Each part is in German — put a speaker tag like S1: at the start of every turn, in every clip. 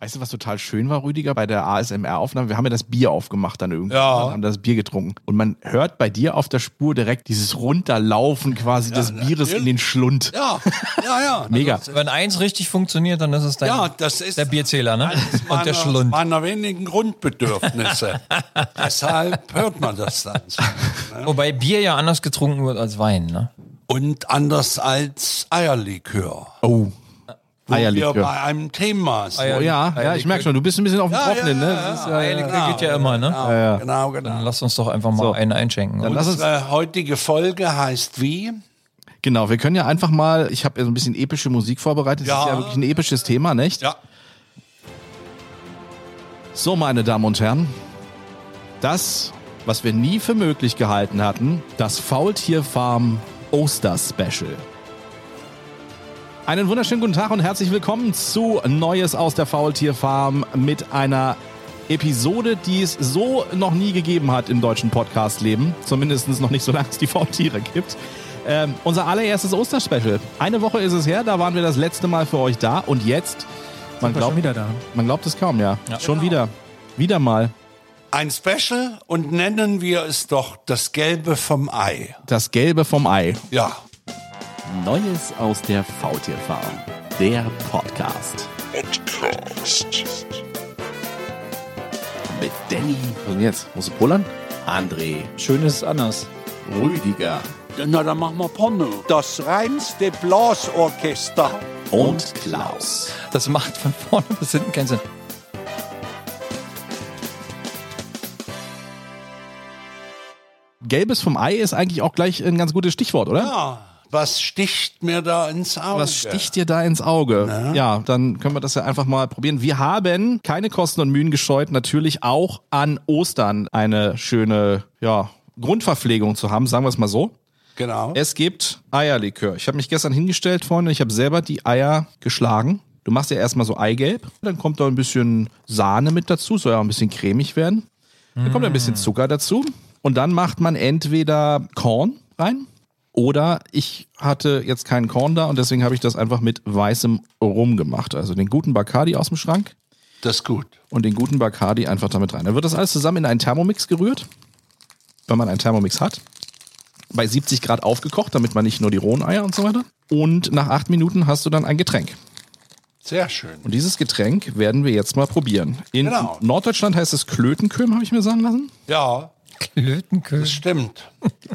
S1: Weißt du, was total schön war, Rüdiger, bei der ASMR-Aufnahme? Wir haben ja das Bier aufgemacht dann irgendwie.
S2: Ja.
S1: Und haben das Bier getrunken. Und man hört bei dir auf der Spur direkt dieses Runterlaufen quasi des Bieres in den Schlund.
S2: Ja, ja, ja.
S1: Mega.
S3: Wenn eins richtig funktioniert, dann ist es dein,
S2: Ja, das ist
S3: der Bierzähler, ne?
S2: eines meiner,
S3: Und der Schlund.
S2: meiner wenigen Grundbedürfnisse. Deshalb hört man das dann. so, Ne?
S3: Wobei Bier ja anders getrunken wird als Wein, ne?
S2: Und anders als Eierlikör.
S1: Oh.
S2: Wo
S1: Eierlikör.
S2: wir bei einem Thema sind.
S1: Oh ja, ja, ich merke schon, du bist ein bisschen auf dem
S2: Ja,
S1: Trockenen,
S2: ja,
S1: ne?
S2: ja,
S1: Das ist,
S2: ja,
S1: äh,
S3: Eierlikör geht ja immer, ne?
S2: Genau, genau,
S3: Dann
S2: genau.
S3: lass uns doch einfach mal einen einschenken.
S1: Dann
S3: oder?
S1: lass uns,
S2: Unsere heutige Folge heißt wie?
S1: genau, wir können ja einfach mal, ich habe ja so ein bisschen epische Musik vorbereitet. Das
S2: Ja.
S1: ist ja wirklich ein episches Thema, nicht?
S2: Ja.
S1: So, meine Damen und Herren, das, was wir nie für möglich gehalten hatten, das Faultierfarm Osterspecial. Einen wunderschönen guten Tag und herzlich willkommen zu Neues aus der Faultierfarm mit einer Episode, die es so noch nie gegeben hat im deutschen Podcast-Leben. Zumindest noch nicht, solange es die Faultiere gibt. Ähm, unser allererstes Osterspecial. Eine Woche ist es her, da waren wir das letzte Mal für euch da und jetzt, man
S4: Sind wir schon
S1: glaubt,
S4: wieder da. Genau.
S1: man glaubt es kaum, ja. Schon wieder. Wieder mal.
S2: Ein Special und nennen wir es doch das Gelbe vom Ei.
S1: Das Gelbe vom Ei.
S2: Ja.
S1: Neues aus der Faultierfarm. Der Podcast.
S5: Podcast.
S1: Mit Danny. Was denn jetzt? Musst du pullern? André.
S4: Schön ist es anders.
S1: Rüdiger.
S2: Na, dann machen wir Porno. Das reinste Blasorchester.
S1: Und Klaus.
S3: Das macht von vorne bis hinten keinen Sinn.
S1: Gelbes vom Ei ist eigentlich auch gleich ein ganz gutes Stichwort, oder?
S2: Ja, was sticht mir da ins Auge?
S1: Was sticht dir da ins Auge? Ja, dann können wir das ja einfach mal probieren. Wir haben keine Kosten und Mühen gescheut, natürlich auch an Ostern eine schöne ja, Grundverpflegung zu haben, sagen wir es mal so.
S2: Genau.
S1: Es gibt Eierlikör. Ich habe mich gestern hingestellt, Freunde. Ich habe selber die Eier geschlagen. Du machst ja erstmal so Eigelb. Dann kommt da ein bisschen Sahne mit dazu. Soll ja auch ein bisschen cremig werden. Dann kommt ein bisschen Zucker dazu. Und dann macht man entweder Korn rein. Oder ich hatte jetzt keinen Korn da und deswegen habe ich das einfach mit weißem Rum gemacht. Also den guten Bacardi aus dem Schrank
S2: Das ist gut.
S1: und den guten Bacardi einfach damit rein. Dann wird das alles zusammen in einen Thermomix gerührt, wenn man einen Thermomix hat. Bei 70 Grad aufgekocht, damit man nicht nur die rohen Eier und so weiter. Und nach acht Minuten hast du dann ein Getränk.
S2: Sehr schön.
S1: Und dieses Getränk werden wir jetzt mal probieren. In
S2: Genau.
S1: Norddeutschland heißt es Klötenküm, habe ich mir sagen lassen.
S2: Ja, das
S3: Klötenkönig.
S2: stimmt.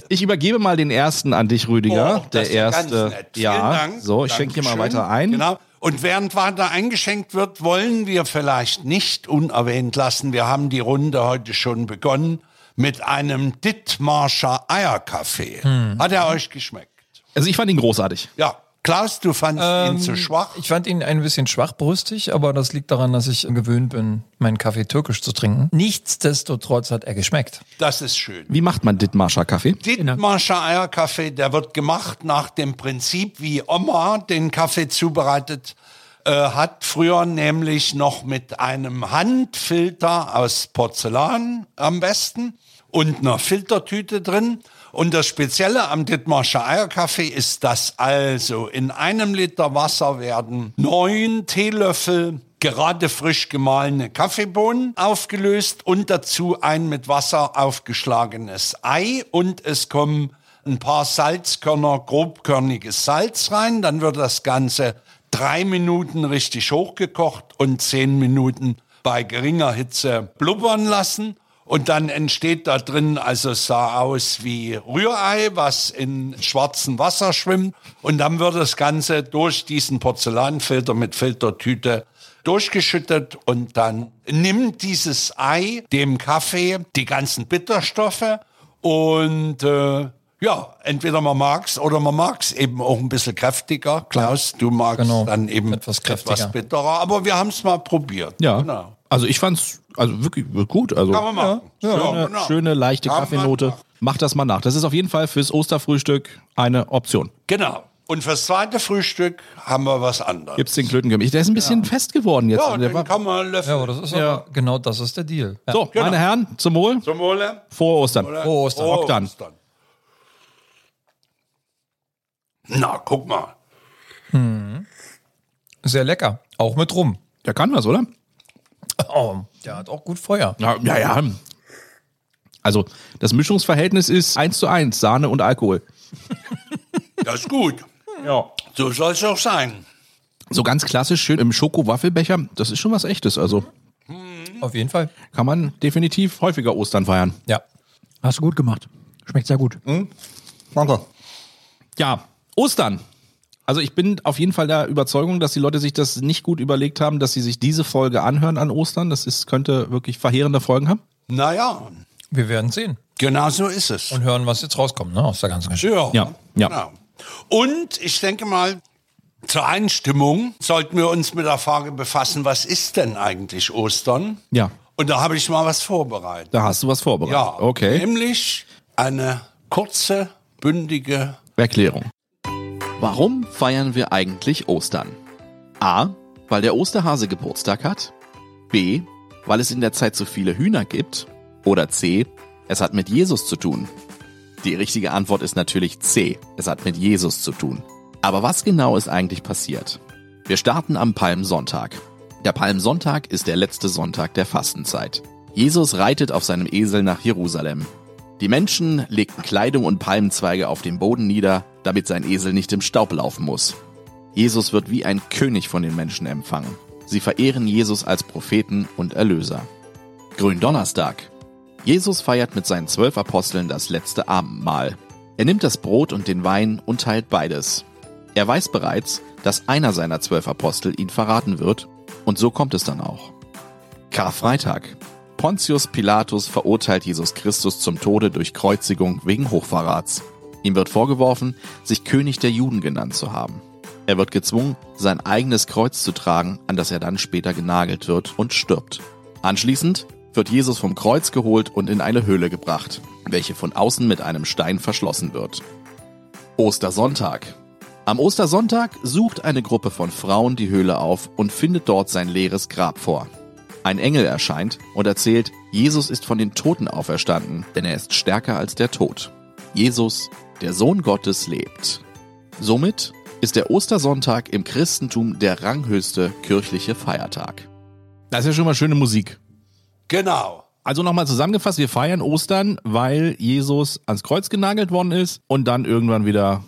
S1: Ich übergebe mal den ersten an dich, Rüdiger.
S2: Oh,
S1: der
S2: das ist ja ganz
S1: erste.
S2: nett. Vielen
S1: Ja,
S2: Dank.
S1: so, ich schenke dir mal
S2: Dankeschön.
S1: weiter ein.
S2: Genau. Und während weiter eingeschenkt wird, wollen wir vielleicht nicht unerwähnt lassen, wir haben die Runde heute schon begonnen mit einem Dithmarscher Eierkaffee.
S1: Hm.
S2: Hat er euch geschmeckt?
S1: Also ich fand ihn großartig.
S2: Ja. Klaus, du fandst
S1: Ähm,
S2: ihn zu schwach.
S3: Ich fand ihn ein bisschen schwachbrüstig, aber das liegt daran, dass ich gewöhnt bin, meinen Kaffee türkisch zu trinken. Nichtsdestotrotz hat er geschmeckt.
S2: Das ist schön.
S1: Wie macht man Dithmarscher Kaffee?
S2: Dithmarscher Eierkaffee, der wird gemacht nach dem Prinzip, wie Oma den Kaffee zubereitet äh, hat. Früher nämlich noch mit einem Handfilter aus Porzellan am besten und einer Filtertüte drin. Und das Spezielle am Dithmarscher Eierkaffee ist, dass also in einem Liter Wasser werden neun Teelöffel gerade frisch gemahlene Kaffeebohnen aufgelöst und dazu ein mit Wasser aufgeschlagenes Ei und es kommen ein paar Salzkörner, grobkörniges Salz rein, dann wird das Ganze drei Minuten richtig hochgekocht und zehn Minuten bei geringer Hitze blubbern lassen. Und dann entsteht da drin, also es sah aus wie Rührei, was in schwarzem Wasser schwimmt. Und dann wird das Ganze durch diesen Porzellanfilter mit Filtertüte durchgeschüttet und dann nimmt dieses Ei dem Kaffee die ganzen Bitterstoffe und äh, ja, entweder man mag's oder man mag's eben auch ein bisschen kräftiger. Klaus, du magst
S3: Genau,
S2: dann eben
S3: etwas kräftiger.
S2: bitterer, aber wir haben's mal probiert.
S1: Ja.
S2: Genau.
S1: Also ich fand's also wirklich gut. Also
S2: Kann man machen.
S1: Ja,
S2: Ja,
S1: schöne,
S2: genau.
S1: schöne leichte
S2: Kann man
S1: Kaffeenote.
S2: machen.
S1: Macht das mal nach. Das ist auf jeden Fall fürs Osterfrühstück eine Option.
S2: Genau. Und fürs zweite Frühstück haben wir was anderes.
S1: Gibt's den Klötenkömmich? Der ist ein bisschen fest geworden jetzt. Also
S2: Ja,
S1: Der war-
S2: den kann man
S3: Ja,
S2: löffeln.
S3: aber das ist aber genau das ist der Deal. Ja.
S1: so,
S2: genau.
S1: meine Herren, zum Wohl.
S2: Zum Wohle.
S1: Frohe Ostern.
S3: Frohe Ostern.
S2: Frohe
S1: Rock dann.
S2: Ostern. Na, guck mal.
S3: Sehr lecker. Auch mit rum.
S1: Der kann was, oder?
S3: Oh, der hat auch gut Feuer.
S1: Ja, ja, ja. Also, das Mischungsverhältnis ist 1 zu 1, Sahne und Alkohol.
S2: Das ist gut.
S1: Ja.
S2: So soll es auch sein.
S1: So ganz klassisch schön im Schoko-Waffelbecher, das ist schon was echtes. Also
S3: Auf jeden Fall.
S1: kann man definitiv häufiger Ostern feiern.
S3: Ja. Hm?
S4: Hast du gut gemacht. Schmeckt sehr gut.
S1: Danke. Ja, Ostern. Also ich bin auf jeden Fall der Überzeugung, dass die Leute sich das nicht gut überlegt haben, dass sie sich diese Folge anhören an Ostern. Das ist, könnte wirklich verheerende Folgen haben.
S2: Naja,
S3: Wir werden sehen
S2: genau so ist es.
S3: und hören, was jetzt rauskommt, ne? Aus der ganzen Geschichte.
S2: Ja,
S1: Ja, ja.
S2: Genau. Und ich denke mal, zur Einstimmung sollten wir uns mit der Frage befassen, was ist denn eigentlich Ostern?
S1: Ja.
S2: Und da habe ich mal was vorbereitet.
S1: Da hast du was vorbereitet.
S2: Ja,
S1: Okay.
S2: Nämlich eine kurze, bündige.
S1: Erklärung.
S6: Warum feiern wir eigentlich Ostern? A. Weil der Osterhase Geburtstag hat? B. Weil es in der Zeit so viele Hühner gibt? Oder C. Es hat mit Jesus zu tun? Die richtige Antwort ist natürlich C. Es hat mit Jesus zu tun. Aber was genau ist eigentlich passiert? Wir starten am Palmsonntag. Der Palmsonntag ist der letzte Sonntag der Fastenzeit. Jesus reitet auf seinem Esel nach Jerusalem. Die Menschen legten Kleidung und Palmzweige auf den Boden nieder, damit sein Esel nicht im Staub laufen muss. Jesus wird wie ein König von den Menschen empfangen. Sie verehren Jesus als Propheten und Erlöser. Gründonnerstag. Jesus feiert mit seinen zwölf Aposteln das letzte Abendmahl. Er nimmt das Brot und den Wein und teilt beides. Er weiß bereits, dass einer seiner zwölf Apostel ihn verraten wird, und so kommt es dann auch. Karfreitag. Pontius Pilatus verurteilt Jesus Christus zum Tode durch Kreuzigung wegen Hochverrats. Ihm wird vorgeworfen, sich König der Juden genannt zu haben. Er wird gezwungen, sein eigenes Kreuz zu tragen, an das er dann später genagelt wird und stirbt. Anschließend wird Jesus vom Kreuz geholt und in eine Höhle gebracht, welche von außen mit einem Stein verschlossen wird. Ostersonntag. Am Ostersonntag sucht eine Gruppe von Frauen die Höhle auf und findet dort sein leeres Grab vor. Ein Engel erscheint und erzählt, Jesus ist von den Toten auferstanden, denn er ist stärker als der Tod. Jesus, der Sohn Gottes, lebt. Somit ist der Ostersonntag im Christentum der ranghöchste kirchliche Feiertag.
S1: Das ist ja schon mal schöne Musik.
S2: Genau.
S1: Also nochmal zusammengefasst, wir feiern Ostern, weil Jesus ans Kreuz genagelt worden ist und dann irgendwann wieder,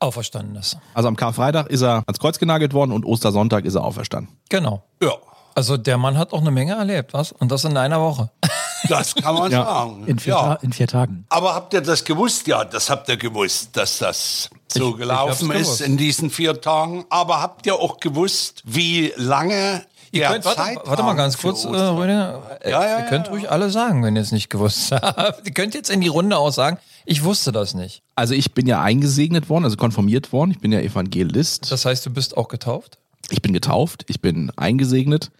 S3: Auferstanden ist.
S1: also am Karfreitag ist er ans Kreuz genagelt worden und Ostersonntag ist er auferstanden.
S3: Genau.
S2: Ja,
S3: Also der Mann hat auch eine Menge erlebt, was? Und das in einer Woche.
S2: das kann man sagen.
S4: In vier,
S2: ja.
S4: Ta- in vier Tagen.
S2: Aber habt ihr das gewusst? Ja, das habt ihr gewusst, dass das so gelaufen
S3: hab's
S2: ist
S3: gewusst.
S2: in diesen vier Tagen. Aber habt ihr auch gewusst, wie lange ihr
S3: Ihr
S2: könnt,
S3: könnt,
S2: Zeit
S3: warte, warte mal
S2: habt
S3: ganz
S2: für
S3: kurz, äh,
S2: Ostern?
S3: Rüdiger. Äh,
S2: Ja, ja,
S3: ihr könnt ruhig alle sagen, wenn ihr es nicht gewusst habt. Ihr könnt jetzt in die Runde auch sagen, ich wusste das nicht.
S1: Also ich bin ja eingesegnet worden, also konfirmiert worden, ich bin ja Evangelist.
S3: Das heißt, du bist auch getauft?
S1: ich bin getauft, ich bin eingesegnet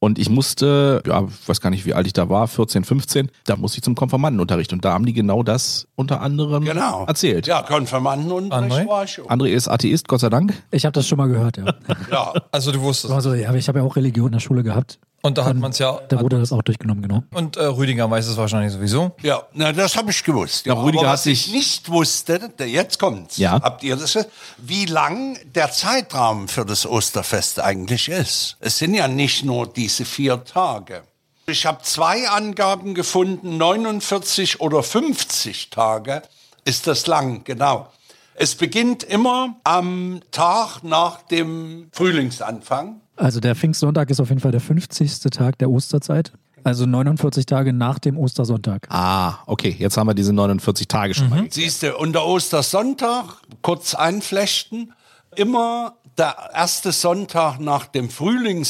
S1: und ich musste, ja, ich weiß gar nicht, wie alt ich da war, 14, 15, da musste ich zum Konfirmandenunterricht und da haben die genau das unter anderem
S2: genau.
S1: erzählt.
S2: Ja, Konfirmanden und
S3: André?
S2: Rechtsprechung.
S1: André ist Atheist, Gott sei Dank.
S4: Ich habe das schon mal gehört, ja.
S2: Ja,
S3: Also du wusstest.
S4: Also, ja, aber ich habe ja auch Religion in der Schule gehabt.
S3: Und da hat man es ja.
S4: Da wurde das auch durchgenommen, genau.
S3: Und äh, Rüdiger weiß es wahrscheinlich sowieso.
S2: ja, na, das habe ich gewusst. Ja,
S1: Ja, Rüdiger
S2: aber
S1: hat
S2: was ich
S1: sich-
S2: nicht wusste, der- jetzt kommt's.
S1: Ja.
S2: Habt ihr das? ge- Wie lang der Zeitrahmen für das Osterfest eigentlich ist? Es sind ja nicht nur diese vier Tage. Ich habe zwei Angaben gefunden, 49 oder 50 Tage ist das lang, genau. Es beginnt immer am Tag nach dem Frühlingsanfang.
S4: Also der Pfingstsonntag ist auf jeden Fall der 50. Tag der Osterzeit. Also 49 Tage nach dem Ostersonntag.
S1: Ah, okay, jetzt haben wir diese 49 Tage
S4: Mhm.
S1: schon mal.
S2: Siehst du, unter Ostersonntag, kurz einflechten, immer der erste Sonntag nach dem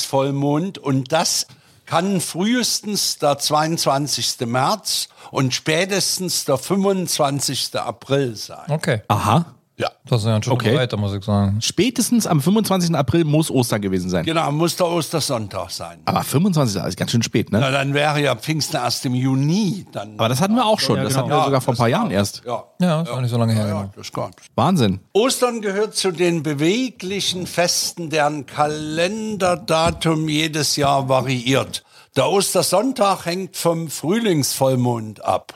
S2: Frühlingsvollmond und das kann frühestens der 22. März und spätestens der 25. April sein.
S3: Okay.
S1: Aha.
S2: Ja.
S3: Das ist ja schon
S1: Okay.
S3: weiter, muss ich sagen.
S1: Spätestens am 25. April muss Ostern gewesen sein.
S2: Genau, muss der Ostersonntag sein.
S1: Aber 25. ist ganz schön spät, ne?
S2: Na, dann wäre ja Pfingsten erst im Juni. Dann,
S1: Aber das hatten wir auch schon.
S6: genau.
S1: Das hatten wir sogar vor ein paar Jahren erst.
S2: ja.
S3: Ja, ist auch nicht so lange her.
S2: ja,
S3: Genau.
S2: das kommt.
S1: Wahnsinn.
S2: Ostern gehört zu den beweglichen Festen, deren Kalenderdatum jedes Jahr variiert. Der Ostersonntag hängt vom Frühlingsvollmond ab.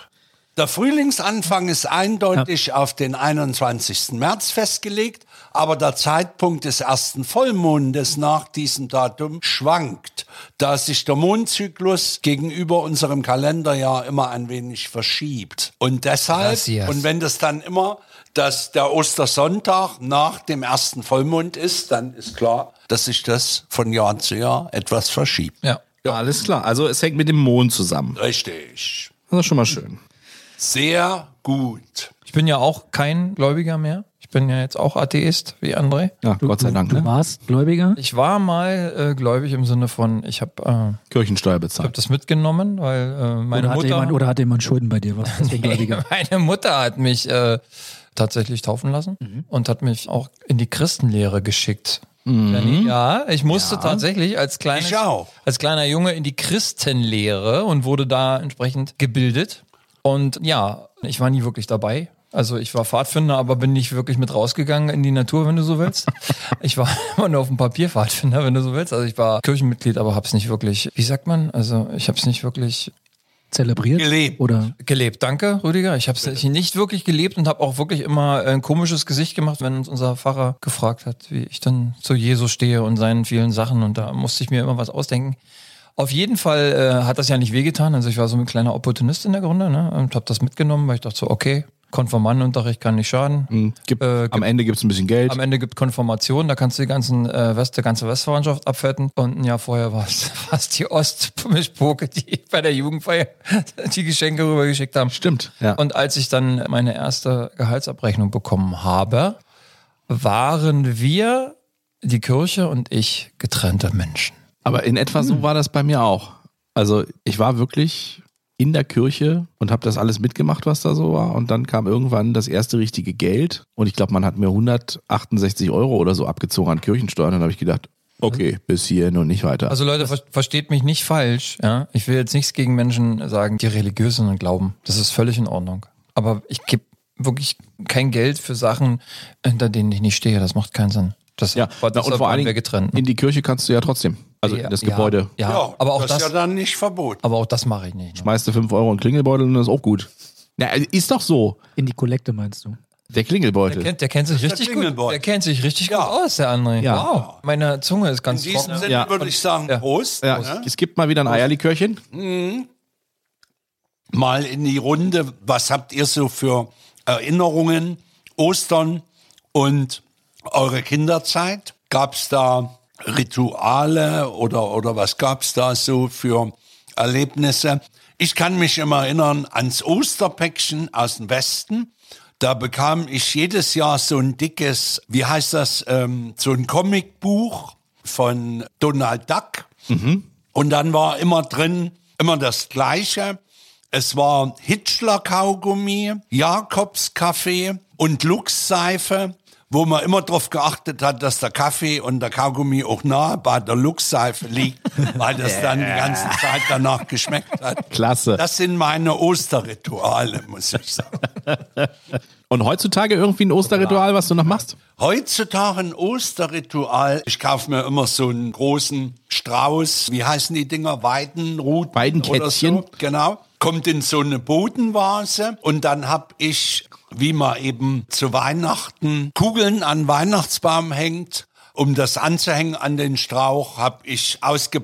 S2: Der Frühlingsanfang ist eindeutig auf den 21. März festgelegt, aber der Zeitpunkt des ersten Vollmondes nach diesem Datum schwankt, da sich der Mondzyklus gegenüber unserem Kalenderjahr immer ein wenig verschiebt. Und deshalb,
S3: Gracias.
S2: und wenn das dann immer, dass der Ostersonntag nach dem ersten Vollmond ist, dann ist klar, dass sich das von Jahr zu Jahr etwas verschiebt.
S3: Ja.
S6: Alles klar, also es hängt mit dem Mond zusammen.
S2: Richtig.
S6: Das ist schon mal schön.
S2: Sehr gut.
S3: Ich bin ja auch kein Gläubiger mehr. Ich bin ja jetzt auch Atheist wie André.
S6: Ja, Gott sei Dank.
S4: Du
S6: Ne?
S4: warst Gläubiger.
S3: Ich war mal äh, gläubig im Sinne von, ich habe äh,
S6: Kirchensteuer
S3: hab
S6: bezahlt.
S3: das mitgenommen, weil äh, meine
S4: Oder hatte,
S3: Mutter.
S4: jemand, oder hatte jemand Schulden bei dir? Was deswegen Gläubiger?
S3: Meine Mutter hat mich äh, tatsächlich taufen lassen
S2: Mhm.
S3: und hat mich auch in die Christenlehre geschickt. Jenny, Ja, ich musste tatsächlich als,
S2: Mhm.
S3: kleines,
S2: Ich auch.
S3: als kleiner Junge in die Christenlehre und wurde da entsprechend gebildet. Und ja, ich war nie wirklich dabei. Also ich war Pfadfinder, aber bin nicht wirklich mit rausgegangen in die Natur, wenn du so willst. Ich war immer nur auf dem Papier Pfadfinder, wenn du so willst. Also ich war Kirchenmitglied, aber hab's nicht wirklich, wie sagt man? Also ich hab's nicht wirklich
S4: Zelebriert?
S2: Gelebt.
S4: Oder
S3: Gelebt, danke, Rüdiger. Ich habe es nicht wirklich gelebt und habe auch wirklich immer äh, ein komisches Gesicht gemacht, wenn uns unser Pfarrer gefragt hat, wie ich dann zu Jesus stehe und seinen vielen Sachen. Und da musste ich mir immer was ausdenken. Auf jeden Fall äh, hat das ja nicht wehgetan. Also ich war so ein kleiner Opportunist in der Grunde ne? und habe das mitgenommen, weil ich dachte so, okay, Konformantenunterricht kann nicht schaden.
S1: Hm.
S6: Gibt,
S3: Äh,
S6: am Ende gibt es ein bisschen Geld.
S3: Am Ende gibt Konfirmation, da kannst du die ganzen äh, West, die ganze Westverwandtschaft abfetten. Und ein Jahr vorher war es fast die Ostmischpoke, die bei der Jugendfeier die Geschenke rübergeschickt haben.
S6: Stimmt. Ja.
S3: Und als ich dann meine erste Gehaltsabrechnung bekommen habe, waren wir, die Kirche und ich, getrennte Menschen.
S6: Aber in etwa
S3: Hm.
S6: so war das bei mir auch. Also ich war wirklich in der Kirche und habe das alles mitgemacht, was da so war. Und dann kam irgendwann das erste richtige Geld. Und ich glaube, man hat mir 168 Euro oder so abgezogen an Kirchensteuern. Dann habe ich gedacht, okay, bis hierhin und nicht weiter.
S3: Mhm. Also Leute, ver versteht mich nicht falsch. Ja? Ich will jetzt nichts gegen Menschen sagen, die religiös sind und glauben. Das ist völlig in Ordnung. Aber ich gebe wirklich kein Geld für Sachen, hinter denen ich nicht stehe. Das macht keinen Sinn. Das
S6: ja,
S3: war
S6: na, und vor allen
S3: wir
S6: Dingen
S3: getrennt. ne?
S6: in die Kirche kannst du ja trotzdem. Also in das Gebäde.
S3: Ja, ja, aber auch das,
S2: ist ja dann nicht verboten.
S3: aber auch das mache ich nicht.
S6: Schmeißt du 5 Euro in den Klingelbeutel und das ist auch gut. Na, also, ist doch so.
S4: in die Kollekte meinst du?
S6: Der Klingelbeutel.
S3: Der kennt, der kennt sich richtig gut.
S2: Klingelboy.
S3: Der kennt sich richtig
S2: Ja.
S3: gut aus, der André.
S6: Ja.
S3: Wow. Meine Zunge ist
S2: In
S3: ganz
S2: diesem
S3: trocken.
S2: Sinne
S6: Ja.
S2: würde ich sagen, Prost.
S6: ja,
S2: ne?
S6: Es gibt mal wieder ein Eierlikörchen.
S3: Mhm.
S2: Mal in die Runde, was habt ihr so für Erinnerungen? Ostern und eure Kinderzeit? Gab es da Rituale oder, oder was gab es da so für Erlebnisse? Ich kann mich immer erinnern ans Osterpäckchen aus dem Westen. Da bekam ich jedes Jahr so ein dickes, wie heißt das, ähm, so ein Comicbuch von Donald Duck. Und dann war immer drin, immer das Gleiche. Es war Hitchler-Kaugummi, Jakobs-Kaffee und Lux-Seife, wo man immer darauf geachtet hat, dass der Kaffee und der Kaugummi auch nahe bei der Lux-Seife liegt, weil das dann die ganze Zeit danach geschmeckt hat.
S6: Klasse.
S2: Das sind meine Osterrituale, muss ich sagen.
S6: Und heutzutage irgendwie ein Osterritual, was du noch machst?
S2: Heutzutage ein Osterritual. Ich kaufe mir immer so einen großen Strauß. Wie heißen die Dinger? Weidenruten oder
S6: Weidenkätzchen.
S2: so. Genau. Kommt in so eine Bodenvase und dann hab ich, wie man eben zu Weihnachten Kugeln an Weihnachtsbaum hängt, um das anzuhängen an den Strauch, hab ich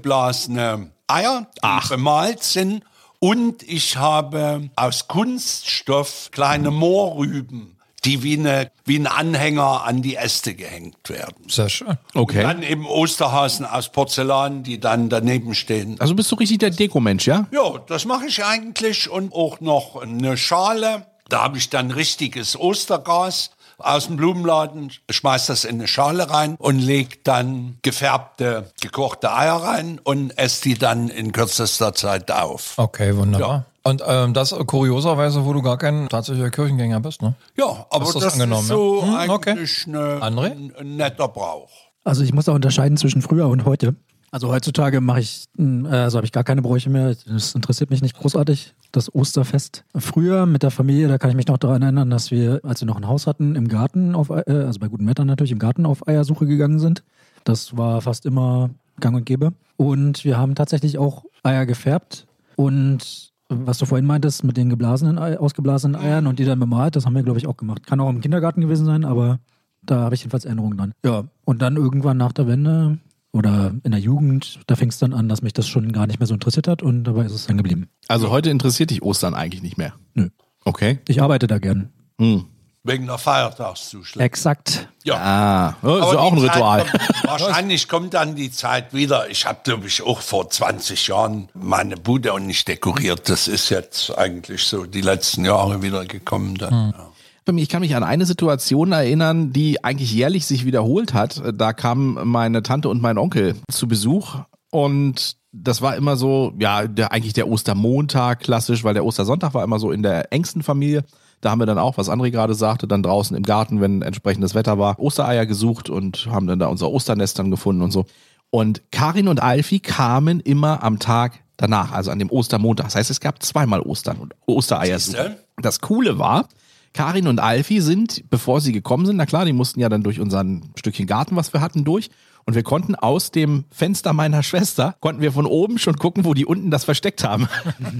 S2: ausgeblasene Eier, die bemalt sind. Und ich habe aus Kunststoff kleine Moorrüben, die wie, eine, wie ein Anhänger an die Äste gehängt werden.
S3: Sehr schön.
S6: Okay.
S2: Dann eben Osterhasen aus Porzellan, die dann daneben stehen.
S6: Also bist du richtig der Deko-Mensch, ja?
S2: Ja, das mache ich eigentlich und auch noch eine Schale. Da habe ich dann richtiges Ostergas aus dem Blumenladen, schmeiß das in eine Schale rein und leg dann gefärbte, gekochte Eier rein und esse die dann in kürzester Zeit auf.
S3: Okay, wunderbar. Und ähm, das äh, kurioserweise, wo du gar kein tatsächlicher Kirchengänger bist, ne?
S2: Ja, aber
S3: Hast du's
S2: das
S3: angenommen,
S2: ist so
S3: ja? Hm, okay.
S2: eigentlich ne,
S3: André?
S2: ein ein netter Brauch.
S4: Also ich muss da unterscheiden zwischen früher und heute. Also heutzutage mache ich, mh, äh, also habe ich gar keine Bräuche mehr. Das interessiert mich nicht großartig. Das Osterfest. Früher mit der Familie, da kann ich mich noch daran erinnern, dass wir, als wir noch ein Haus hatten, im Garten auf, Ei- äh, also bei gutem Wetter natürlich, im Garten auf Eiersuche gegangen sind. Das war fast immer Gang und Gäbe. Und wir haben tatsächlich auch Eier gefärbt. Und was du vorhin meintest, mit den geblasenen, Ei- ausgeblasenen Eiern und die dann bemalt, das haben wir, glaube ich, auch gemacht. Kann auch im Kindergarten gewesen sein, aber Da habe ich jedenfalls Erinnerungen dran. Ja, und dann irgendwann nach der Wende oder in der Jugend, da fing es dann an, dass mich das schon gar nicht mehr so interessiert hat und dabei ist es dann geblieben.
S1: Also heute interessiert dich Ostern eigentlich nicht mehr.
S4: Nö.
S1: Okay.
S4: Ich arbeite da gern.
S1: Hm.
S2: Wegen der Feiertagszuschläge.
S4: Exakt.
S2: Ja.
S1: Ah, oh, ist
S2: Aber
S1: ja auch ein
S2: die Zeit
S1: Ritual.
S2: Kommt, wahrscheinlich kommt dann die Zeit wieder. Ich habe, glaube ich, auch vor 20 Jahren meine Bude auch nicht dekoriert. Das ist jetzt eigentlich so die letzten Jahre wieder gekommen. Dann.
S1: Hm.
S2: Ja.
S1: Bei mir- Ich kann mich an eine Situation erinnern, die eigentlich jährlich sich wiederholt hat. Da kamen meine Tante und mein Onkel zu Besuch und das war immer so, ja, der, eigentlich der Ostermontag klassisch, weil der Ostersonntag war immer so in der engsten Familie. Da haben wir dann auch, was André gerade sagte, dann draußen im Garten, wenn entsprechendes Wetter war, Ostereier gesucht und haben dann da unser Osternest dann gefunden und so. Und Karin und Alfie kamen immer am Tag danach, also an dem Ostermontag. Das heißt, es gab zweimal Ostern und Ostereier. suchen. Das Coole war, Karin und Alfie sind, bevor sie gekommen sind, na klar, die mussten ja dann durch unseren Stückchen Garten, was wir hatten, durch. Und wir konnten aus dem Fenster meiner Schwester, konnten wir von oben schon gucken, wo die unten das versteckt haben.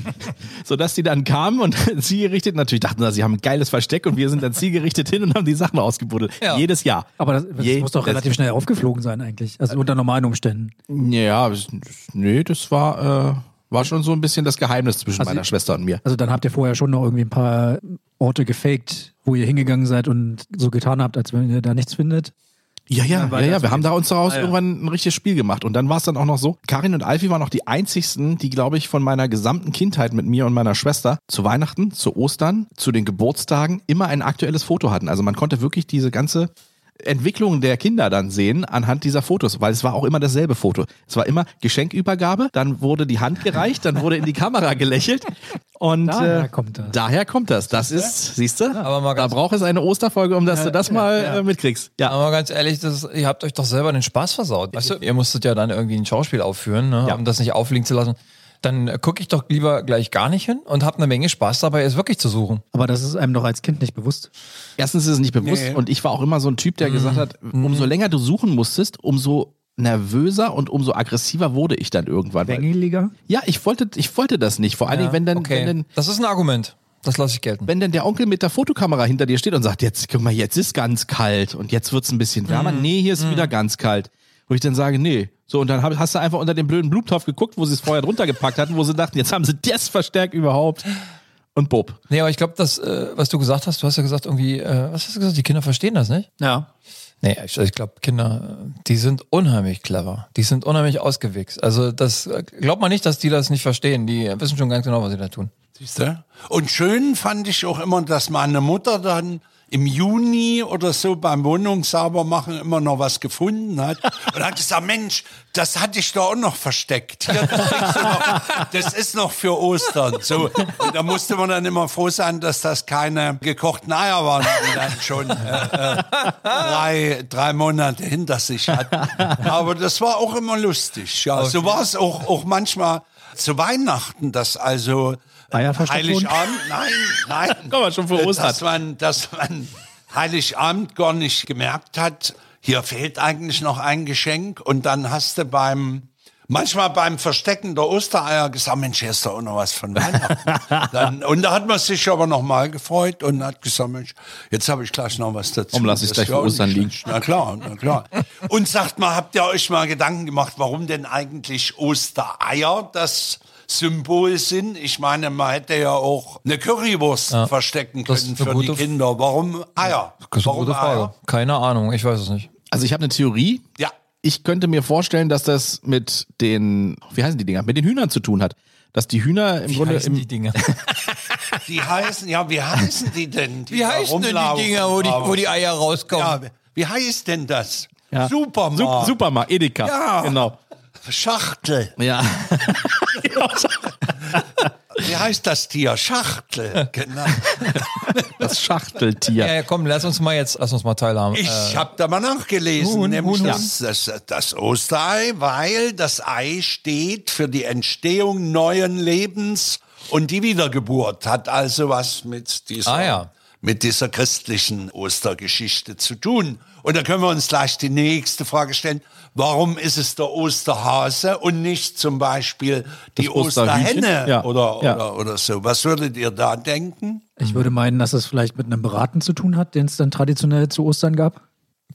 S1: Sodass die dann kamen und zielgerichtet, natürlich dachten sie, sie haben ein geiles Versteck und wir sind dann zielgerichtet hin und haben die Sachen ausgebuddelt.
S3: Ja.
S1: Jedes Jahr.
S4: Aber das, das
S1: Je-
S4: muss doch
S1: das-
S4: relativ schnell aufgeflogen sein eigentlich. Also unter normalen Umständen.
S1: Ja, das- nee, das war, äh, war schon so ein bisschen das Geheimnis zwischen meiner Schwester und mir.
S4: Also dann habt ihr vorher schon noch irgendwie ein paar Orte gefaked, wo ihr hingegangen seid und so getan habt, als wenn ihr da nichts findet.
S1: Ja, ja, ja,
S4: weil
S1: ja.
S4: das
S1: Wir haben da uns daraus
S4: Ah, ja.
S1: irgendwann ein richtiges Spiel gemacht. Und dann war es dann auch noch so, Karin und Alfie waren noch die einzigsten, die, glaube ich, von meiner gesamten Kindheit mit mir und meiner Schwester zu Weihnachten, zu Ostern, zu den Geburtstagen immer ein aktuelles Foto hatten. Also man konnte wirklich diese ganze Entwicklung der Kinder dann sehen anhand dieser Fotos, weil es war auch immer dasselbe Foto. Es war immer Geschenkübergabe, dann wurde die Hand gereicht, dann wurde in die Kamera gelächelt und
S4: Daher
S1: äh,
S4: kommt das.
S1: daher kommt das. Das ist, siehst du,
S3: Aber mal
S1: da
S3: ganz-
S1: braucht es eine Osterfolge, um dass du das mal äh, mitkriegst. Ja.
S3: Aber ganz ehrlich, das, ihr habt euch doch selber den Spaß versaut. Weißt du, ihr musstet ja dann irgendwie ein Schauspiel aufführen, ne?
S1: Ja.
S3: um das nicht aufliegen zu lassen. Dann äh, gucke ich doch lieber gleich gar nicht hin und hab eine Menge Spaß dabei, es wirklich zu suchen.
S4: Aber das ist einem doch als Kind nicht bewusst.
S1: Erstens ist es nicht bewusst
S2: Nee.
S1: und ich war auch immer so ein Typ, der gesagt hat, umso länger du suchen musstest, umso nervöser und umso aggressiver wurde ich dann irgendwann. Weil,
S4: Engeliger?
S1: ja, ich wollte, ich wollte das nicht. Vor allen Dingen, wenn dann,
S3: Okay,
S1: wenn dann,
S3: das ist ein Argument. Das lasse ich gelten.
S1: wenn dann der Onkel mit der Fotokamera hinter dir steht und sagt, jetzt guck mal, jetzt ist ganz kalt und jetzt wird's ein bisschen wärmer. Nee, hier ist wieder ganz kalt. Wo ich dann sage, nee. So, und dann hab, hast du einfach unter dem blöden Blumentopf geguckt, wo sie es vorher drunter gepackt hatten, wo sie dachten, jetzt haben sie das verstärkt überhaupt. Und Bob.
S3: Nee, aber ich glaube, das, äh, was du gesagt hast, du hast ja gesagt, irgendwie, äh, was hast du gesagt, die Kinder verstehen das nicht?
S4: Ja.
S3: Nee, ich, ich glaube, Kinder, äh, die sind unheimlich clever. Die sind unheimlich ausgewichst. Also das äh, glaubt man nicht, dass die das nicht verstehen. Die wissen schon ganz genau, was sie da tun.
S2: Siehst du? Und schön fand ich auch immer, dass meine Mutter dann im Juni oder so beim Wohnungssaubermachen immer noch was gefunden hat. Und hat gesagt, Mensch, das hatte ich doch auch noch versteckt. Hier, das, kriegst du noch, das ist noch für Ostern. So. Und da musste man dann immer froh sein, dass das keine gekochten Eier waren, die dann schon äh, äh, drei, drei Monate hinter sich hatten. Aber das war auch immer lustig. Ja, so war es auch, auch manchmal zu Weihnachten, dass also
S4: Eier versteckt wurden?
S2: Heiligabend, nein, nein. Äh,
S1: Komm mal, schon vor Ostern.
S2: Dass man, dass man Heiligabend gar nicht gemerkt hat, hier fehlt eigentlich noch ein Geschenk und dann hast du beim Manchmal beim Verstecken der Ostereier gesagt, Mensch, hier ist doch auch noch was von Weihnachten. Dann, und da hat man sich aber nochmal gefreut und hat gesagt, Mensch, jetzt habe ich gleich noch was dazu.
S1: Komm, lass
S2: Das
S1: ich's gleich
S2: ist ja
S1: für
S2: auch nicht
S1: Ostern liegen.
S2: schlecht. Na klar, na klar. Und sagt mal, habt ihr euch mal Gedanken gemacht, warum denn eigentlich Ostereier das Symbol sind? Ich meine, man hätte ja auch eine Currywurst verstecken
S3: das
S2: können
S3: ist eine
S2: für die
S3: gute-
S2: Kinder. Warum Eier? Warum Eier?
S3: Keine Ahnung, ich weiß es nicht.
S1: Also ich habe eine Theorie.
S2: Ja.
S1: Ich könnte mir vorstellen, dass das mit den, wie heißen die Dinger, mit den Hühnern zu tun hat. Dass die Hühner im Grunde im,
S3: Dinger?
S2: Die heißen, ja, wie heißen die denn? Die
S3: Wie
S2: da
S3: heißen denn die
S2: rumlaufen?
S3: Dinger, wo die, wo die Eier
S2: Ja,
S3: rauskommen?
S2: wie heißt denn das?
S1: ja.
S2: Supermarkt.
S1: Sup- Supermarkt, Edeka.
S2: Oh. Ja.
S1: Genau.
S2: Schachtel.
S1: Ja.
S2: Wie heißt das Tier? Schachtel. Genau.
S1: Das Schachteltier.
S3: Ja, ja, komm, lass uns mal jetzt, lass uns mal teilhaben.
S2: Ich habe da mal nachgelesen,
S3: Äh, Huhn,
S2: nämlich
S3: Huhn,
S2: das, das, das Osterei, weil das Ei steht für die Entstehung neuen Lebens und die Wiedergeburt. Hat also was mit dieser,
S3: Ah, ja.
S2: mit dieser christlichen Ostergeschichte zu tun. Und da können wir uns gleich die nächste Frage stellen. Warum ist es der Osterhase und nicht zum Beispiel die
S1: Osterhühnchen?
S2: Osterhenne
S1: Ja,
S2: Oder,
S1: ja.
S2: Oder, oder so? Was würdet ihr da denken?
S4: Ich würde meinen, dass es vielleicht mit einem Braten zu tun hat, den es dann traditionell zu Ostern gab.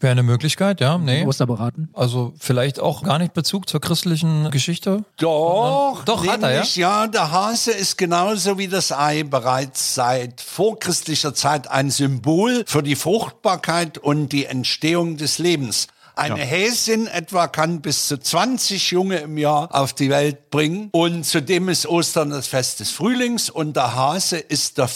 S3: Wäre eine Möglichkeit, ja. Nee.
S4: Osterberaten.
S3: Also vielleicht auch gar nicht Bezug zur christlichen Geschichte.
S2: Doch,
S3: Doch, hat er, ja?
S2: nämlich, ja. der Hase ist genauso wie das Ei bereits seit vorchristlicher Zeit ein Symbol für die Fruchtbarkeit und die Entstehung des Lebens. Eine Häsin etwa kann bis zu 20 Junge im Jahr auf die Welt bringen. Und zudem ist Ostern das Fest des Frühlings und der Hase ist der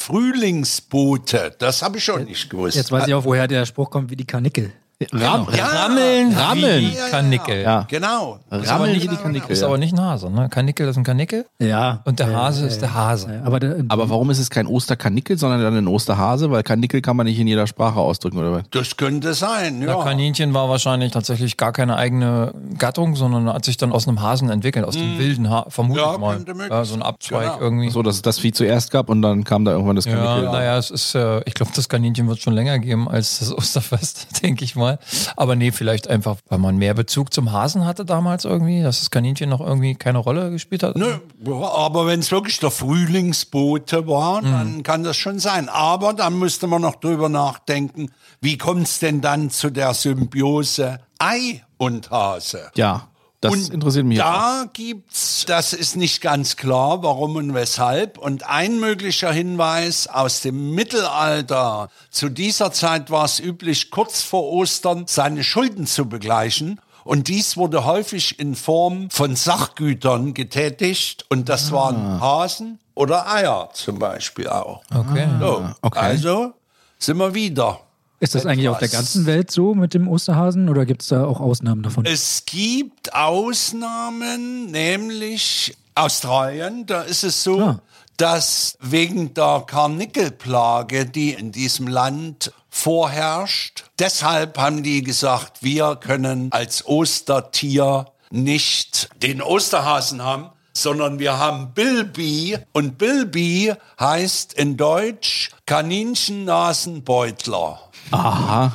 S2: Frühlingsbote. Das habe ich schon nicht gewusst.
S4: Jetzt weiß ich auch, woher der Spruch kommt, wie die Karnickel.
S6: Ram
S2: Ja,
S3: Rammeln,
S6: Rammeln.
S3: Wie Karnickel.
S6: Ja.
S2: Genau.
S6: Rammeln wie die Kanickel.
S3: Ist
S6: Ja.
S3: aber nicht ein Hase, ne? Karnickel ist ein Karnickel
S4: Ja.
S3: und der Hase ist der Hase.
S4: Aber der,
S6: Aber warum ist es kein Osterkanickel, sondern dann ein Osterhase? Weil Kanickel kann man nicht in jeder Sprache ausdrücken, oder was?
S2: Das könnte sein, ja.
S3: Ja. Kaninchen war wahrscheinlich tatsächlich gar keine eigene Gattung, sondern hat sich dann aus einem Hasen entwickelt, aus dem wilden Hasen, vermute
S2: Mhm. Ja,
S3: ich mal.
S2: könnte möglich
S3: Ja, so ein
S2: sein.
S3: Abzweig
S2: Genau.
S3: irgendwie.
S6: So, dass es das Vieh zuerst gab und dann kam da irgendwann das
S3: Ja,
S6: Kanickel.
S3: naja, es ist, äh, ich glaube, das Kaninchen wird schon länger geben als das Osterfest, denke ich mal. Aber nee, vielleicht einfach, weil man mehr Bezug zum Hasen hatte damals irgendwie, dass das Kaninchen noch irgendwie keine Rolle gespielt hat.
S2: Nö, ja, aber wenn es wirklich der Frühlingsbote war, dann kann das schon sein. Aber dann müsste man noch drüber nachdenken, wie kommt es denn dann zu der Symbiose Ei und Hase?
S6: Ja, das
S2: und
S6: interessiert mich. auch.
S2: Da gibt's, das ist nicht ganz klar, warum und weshalb. Und ein möglicher Hinweis aus dem Mittelalter. Zu dieser Zeit war es üblich, kurz vor Ostern seine Schulden zu begleichen. Und dies wurde häufig in Form von Sachgütern getätigt. Und das
S6: Ah.
S2: waren Hasen oder Eier zum Beispiel auch.
S3: Okay.
S2: So,
S6: okay.
S2: Also sind wir wieder.
S4: ist das eigentlich auf der ganzen Welt so mit dem Osterhasen oder gibt es da auch Ausnahmen davon?
S2: Es gibt Ausnahmen, nämlich Australien. Da ist es so,
S4: Ah.
S2: dass wegen der Karnickelplage, die in diesem Land vorherrscht, deshalb haben die gesagt, wir können als Ostertier nicht den Osterhasen haben, sondern wir haben Bilby und Bilby heißt in Deutsch Kaninchennasenbeutler.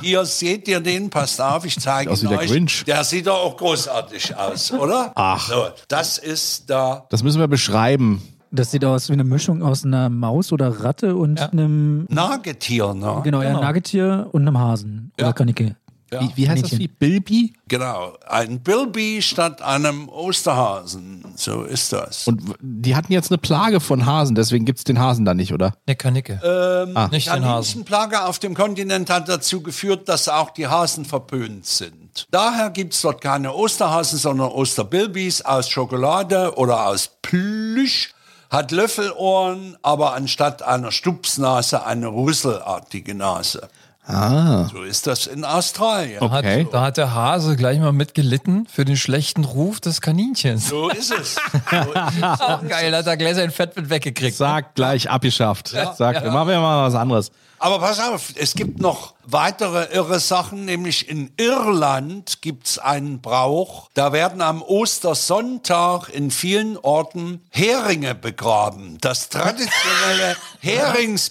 S2: Hier seht ihr den, passt auf, ich zeige
S6: Sieht aus
S2: ihn
S6: wie der
S2: euch.
S6: Grinch.
S2: Der sieht doch auch großartig aus, oder? Ach. So, das ist da.
S6: Das müssen wir beschreiben.
S4: Das sieht aus wie eine Mischung aus einer Maus oder Ratte und einem
S2: Nagetier, ne?
S4: genau, ja, Nagetier und einem Hasen oder Karnickel.
S6: Wie, wie heißt
S4: Kaninchen.
S6: das Vieh? Bilby?
S2: Genau. Ein Bilby statt einem Osterhasen. So ist das.
S6: Und w- die hatten jetzt eine Plage von Hasen, deswegen gibt's den Hasen da nicht, oder?
S3: Der Kanickel.
S2: Ähm,
S3: Nicht den Hasen.
S2: Kaninchenplage auf dem Kontinent hat dazu geführt, dass auch die Hasen verpönt sind. Daher gibt es dort keine Osterhasen, sondern Osterbilbis aus Schokolade oder aus Plüsch, hat Löffelohren, aber anstatt einer Stupsnase eine russelartige Nase. Ah. So ist das in Australien.
S3: Hat,
S6: Okay.
S3: Da hat der Hase gleich mal mitgelitten für den schlechten Ruf des Kaninchens.
S2: So ist es. So ist es.
S3: Auch geil, hat er gleich sein Fett mit weggekriegt.
S6: Sag gleich abgeschafft. Sag, machen wir mal was anderes.
S2: Aber pass auf, es gibt noch weitere irre Sachen, nämlich in Irland gibt's einen Brauch. Da werden am Ostersonntag in vielen Orten Heringe begraben. Das traditionelle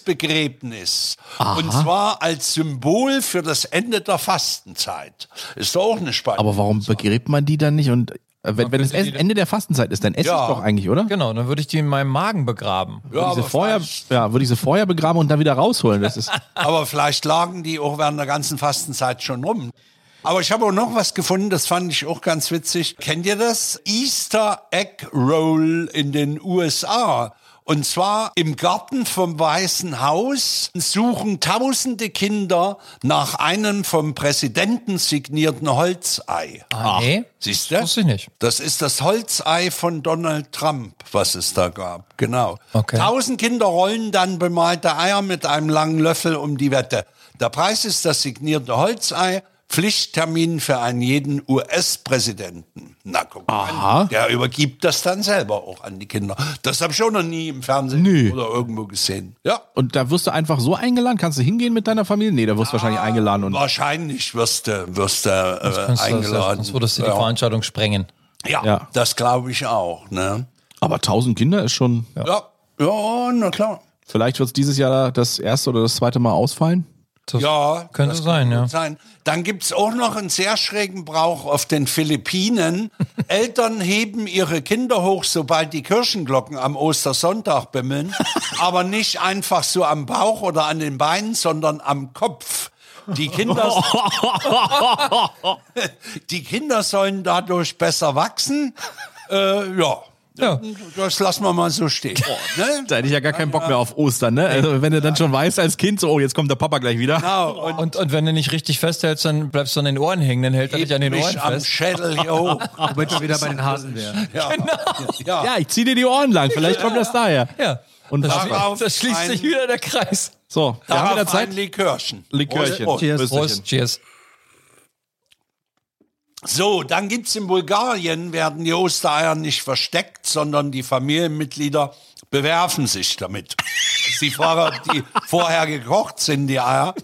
S2: Heringsbegräbnis. Und zwar als Symbol für das Ende der Fastenzeit. Ist doch auch eine spannende
S6: Aber warum begräbt man die dann nicht? Und äh, wenn, wenn es
S3: könnte die-
S6: Ende der Fastenzeit ist, dann esse
S2: Ja.
S6: ich doch eigentlich, oder?
S3: Genau, dann würde ich die in meinem Magen begraben.
S2: Ja,
S6: Würde ich
S2: aber,
S6: sie vorher,
S2: vielleicht,
S6: ja, würde ich sie vorher begraben und dann wieder rausholen. Das ist
S2: aber vielleicht lagen die auch während der ganzen Fastenzeit schon rum. Aber ich habe auch noch was gefunden, das fand ich auch ganz witzig. Kennt ihr das? Easter Egg Roll in den USA. Und zwar im Garten vom Weißen Haus suchen tausende Kinder nach einem vom Präsidenten signierten Holzei.
S3: Ah, nee,
S2: Siehst du?
S3: das wusste ich nicht.
S2: Das ist das Holzei von Donald Trump, was es da gab. Genau.
S3: Okay.
S2: Tausend Kinder rollen dann bemalte Eier mit einem langen Löffel um die Wette. Der Preis ist das signierte Holzei. Pflichttermin für einen jeden US-Präsidenten. Na guck mal. an. Der übergibt das dann selber auch an die Kinder. Das habe ich auch noch nie im Fernsehen
S6: Nö.
S2: oder irgendwo gesehen. Ja.
S6: Und da wirst du einfach so eingeladen? Kannst du hingehen mit deiner Familie? Nee, da wirst du wahrscheinlich eingeladen und
S2: Wahrscheinlich wirst du, wirst du äh,
S3: Sonst-
S2: eingeladen.
S3: Sonst würdest du die
S2: ja.
S3: Veranstaltung sprengen.
S2: Ja,
S6: Ja.
S2: das glaube ich auch. Ne?
S6: aber 1000 Kinder ist schon.
S2: Ja. ja, na klar.
S6: Vielleicht wird es dieses Jahr das erste oder das zweite Mal ausfallen.
S3: Das
S2: Ja,
S3: könnte
S2: das
S3: sein, ja.
S2: kann sein. Dann gibt es auch noch einen sehr schrägen Brauch auf den Philippinen. Eltern heben ihre Kinder hoch, sobald die Kirchenglocken am Ostersonntag bimmeln, aber nicht einfach so am Bauch oder an den Beinen, sondern am Kopf. Die Kinder, die Kinder sollen dadurch besser wachsen. Äh, ja.
S3: Ja.
S2: Das lassen wir mal so stehen. ne?
S6: Da hätte ich ja gar keinen Bock mehr auf Ostern, ne? Also, wenn du dann schon weißt als Kind, so, oh, jetzt kommt der Papa gleich wieder.
S2: Genau. Und
S3: Und, und wenn du nicht richtig festhältst, dann bleibst du an den Ohren hängen, dann hält er dich an den
S2: mich
S3: Ohren
S2: am
S3: fest.
S2: Schädel hier hoch.
S7: Womit wir wieder bei den Hasen wären.
S2: Ja. Genau. Ja.
S6: Ja, ich zieh dir die Ohren lang, vielleicht kommt das daher.
S3: Ja.
S6: Und
S3: das,
S2: darauf
S3: schließt, das schließt sich
S2: ein-
S3: wieder der Kreis.
S6: So, wir
S2: Darauf
S6: haben wieder
S2: ein
S6: Zeit.
S2: Likörchen.
S6: Likörchen.
S2: Prost, Prost.
S6: Prösterchen.
S3: Prost, cheers.
S2: So, dann gibt's in Bulgarien, werden die Ostereier nicht versteckt, sondern die Familienmitglieder bewerfen sich damit. Die, vorher, die vorher gekocht sind, die Eier.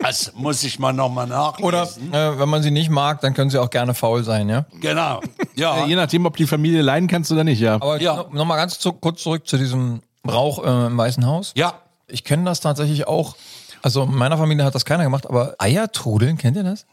S2: Das muss ich mal nochmal nachlesen.
S3: Oder äh, wenn man sie nicht mag, dann können sie auch gerne faul sein, ja.
S2: Genau.
S6: Ja,
S2: Ja.
S6: je nachdem, ob die Familie leiden kannst oder nicht, ja.
S3: Aber
S2: Ja.
S3: no- noch mal ganz zu, kurz zurück zu diesem Rauch äh, im Weißen Haus.
S2: ja.
S3: Ich kenne das tatsächlich auch. Also in meiner Familie hat das keiner gemacht, aber Eiertrudeln, kennt ihr das?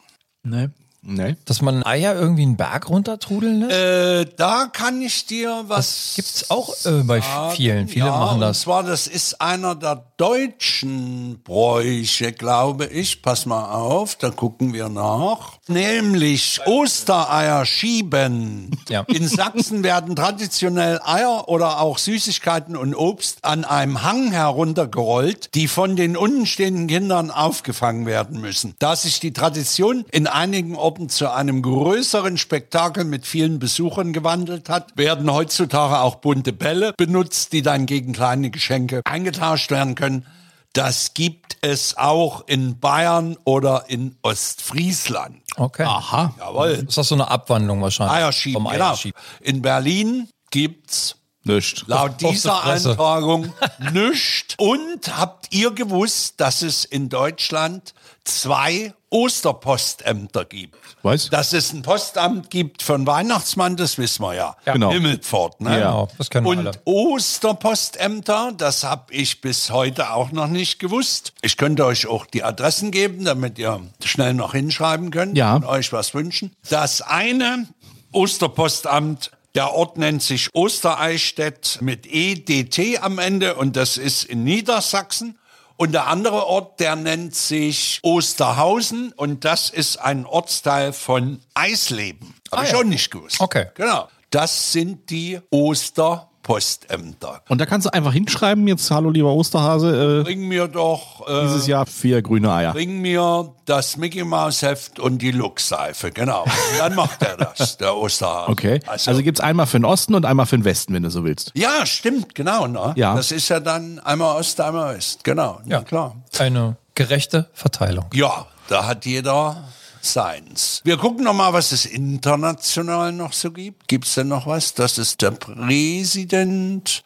S4: Nee.
S6: Nee.
S3: Dass man Eier irgendwie einen Berg runtertrudeln lässt?
S2: Äh, da kann ich dir was.
S3: Gibt's auch äh, bei vielen. Viele
S2: ja,
S3: machen
S2: Und
S3: das.
S2: zwar, das ist einer der deutschen Bräuche, glaube ich. Pass mal auf, da gucken wir nach. Nämlich Ostereier schieben.
S3: Ja.
S2: In Sachsen werden traditionell Eier oder auch Süßigkeiten und Obst an einem Hang heruntergerollt, die von den untenstehenden Kindern aufgefangen werden müssen. Da sich die Tradition in einigen Orten zu einem größeren Spektakel mit vielen Besuchern gewandelt hat, werden heutzutage auch bunte Bälle benutzt, die dann gegen kleine Geschenke eingetauscht werden können. Das gibt es auch in Bayern oder in Ostfriesland.
S3: Okay. Aha.
S2: Jawohl.
S3: Ist das so eine Abwandlung wahrscheinlich?
S2: Eierschieben,
S3: vom
S2: genau.
S3: Eierschieben.
S2: In Berlin gibt's
S6: Nicht.
S2: laut
S3: die
S2: dieser
S3: Fresse.
S2: Eintragung nichts. Und habt ihr gewusst, dass es in Deutschland zwei Osterpostämter gibt?
S6: Was?
S2: Dass es ein Postamt gibt für einen Weihnachtsmann, das wissen wir ja.
S6: Genau.
S2: Himmelpfort, ne?
S3: Genau, das kennen wir
S2: Und
S3: alle.
S2: Osterpostämter, das habe ich bis heute auch noch nicht gewusst. Ich könnte euch auch die Adressen geben, damit ihr schnell noch hinschreiben könnt
S6: Ja.
S2: und euch was wünschen. Das eine Osterpostamt, der Ort nennt sich Ostereichstätt mit EDT am Ende und das ist in Niedersachsen. Und der andere Ort, der nennt sich Osterhausen und das ist ein Ortsteil von Eisleben. Habe ich
S3: Ah ja.
S2: auch nicht gewusst.
S3: Okay.
S2: Genau. Das sind die Osterpostämter.
S6: Und da kannst du einfach hinschreiben, jetzt, hallo lieber Osterhase, äh,
S2: Bring mir doch, äh,
S6: dieses Jahr vier grüne Eier.
S2: bring mir das Mickey Mouse Heft und die Lux-Seife. Genau. Und Dann macht er das, der Osterhase.
S6: Okay.
S2: Also,
S6: Also, gibt's einmal für den Osten und einmal für den Westen, wenn du so willst.
S2: ja, stimmt, genau. Ne?
S6: Ja.
S2: Das ist ja dann einmal Ost, einmal West. Genau. Ja, klar.
S3: Eine gerechte Verteilung.
S2: Ja, da hat jeder seins. Wir gucken noch mal, was es international noch so gibt. Gibt's denn noch was? Das ist der Präsident.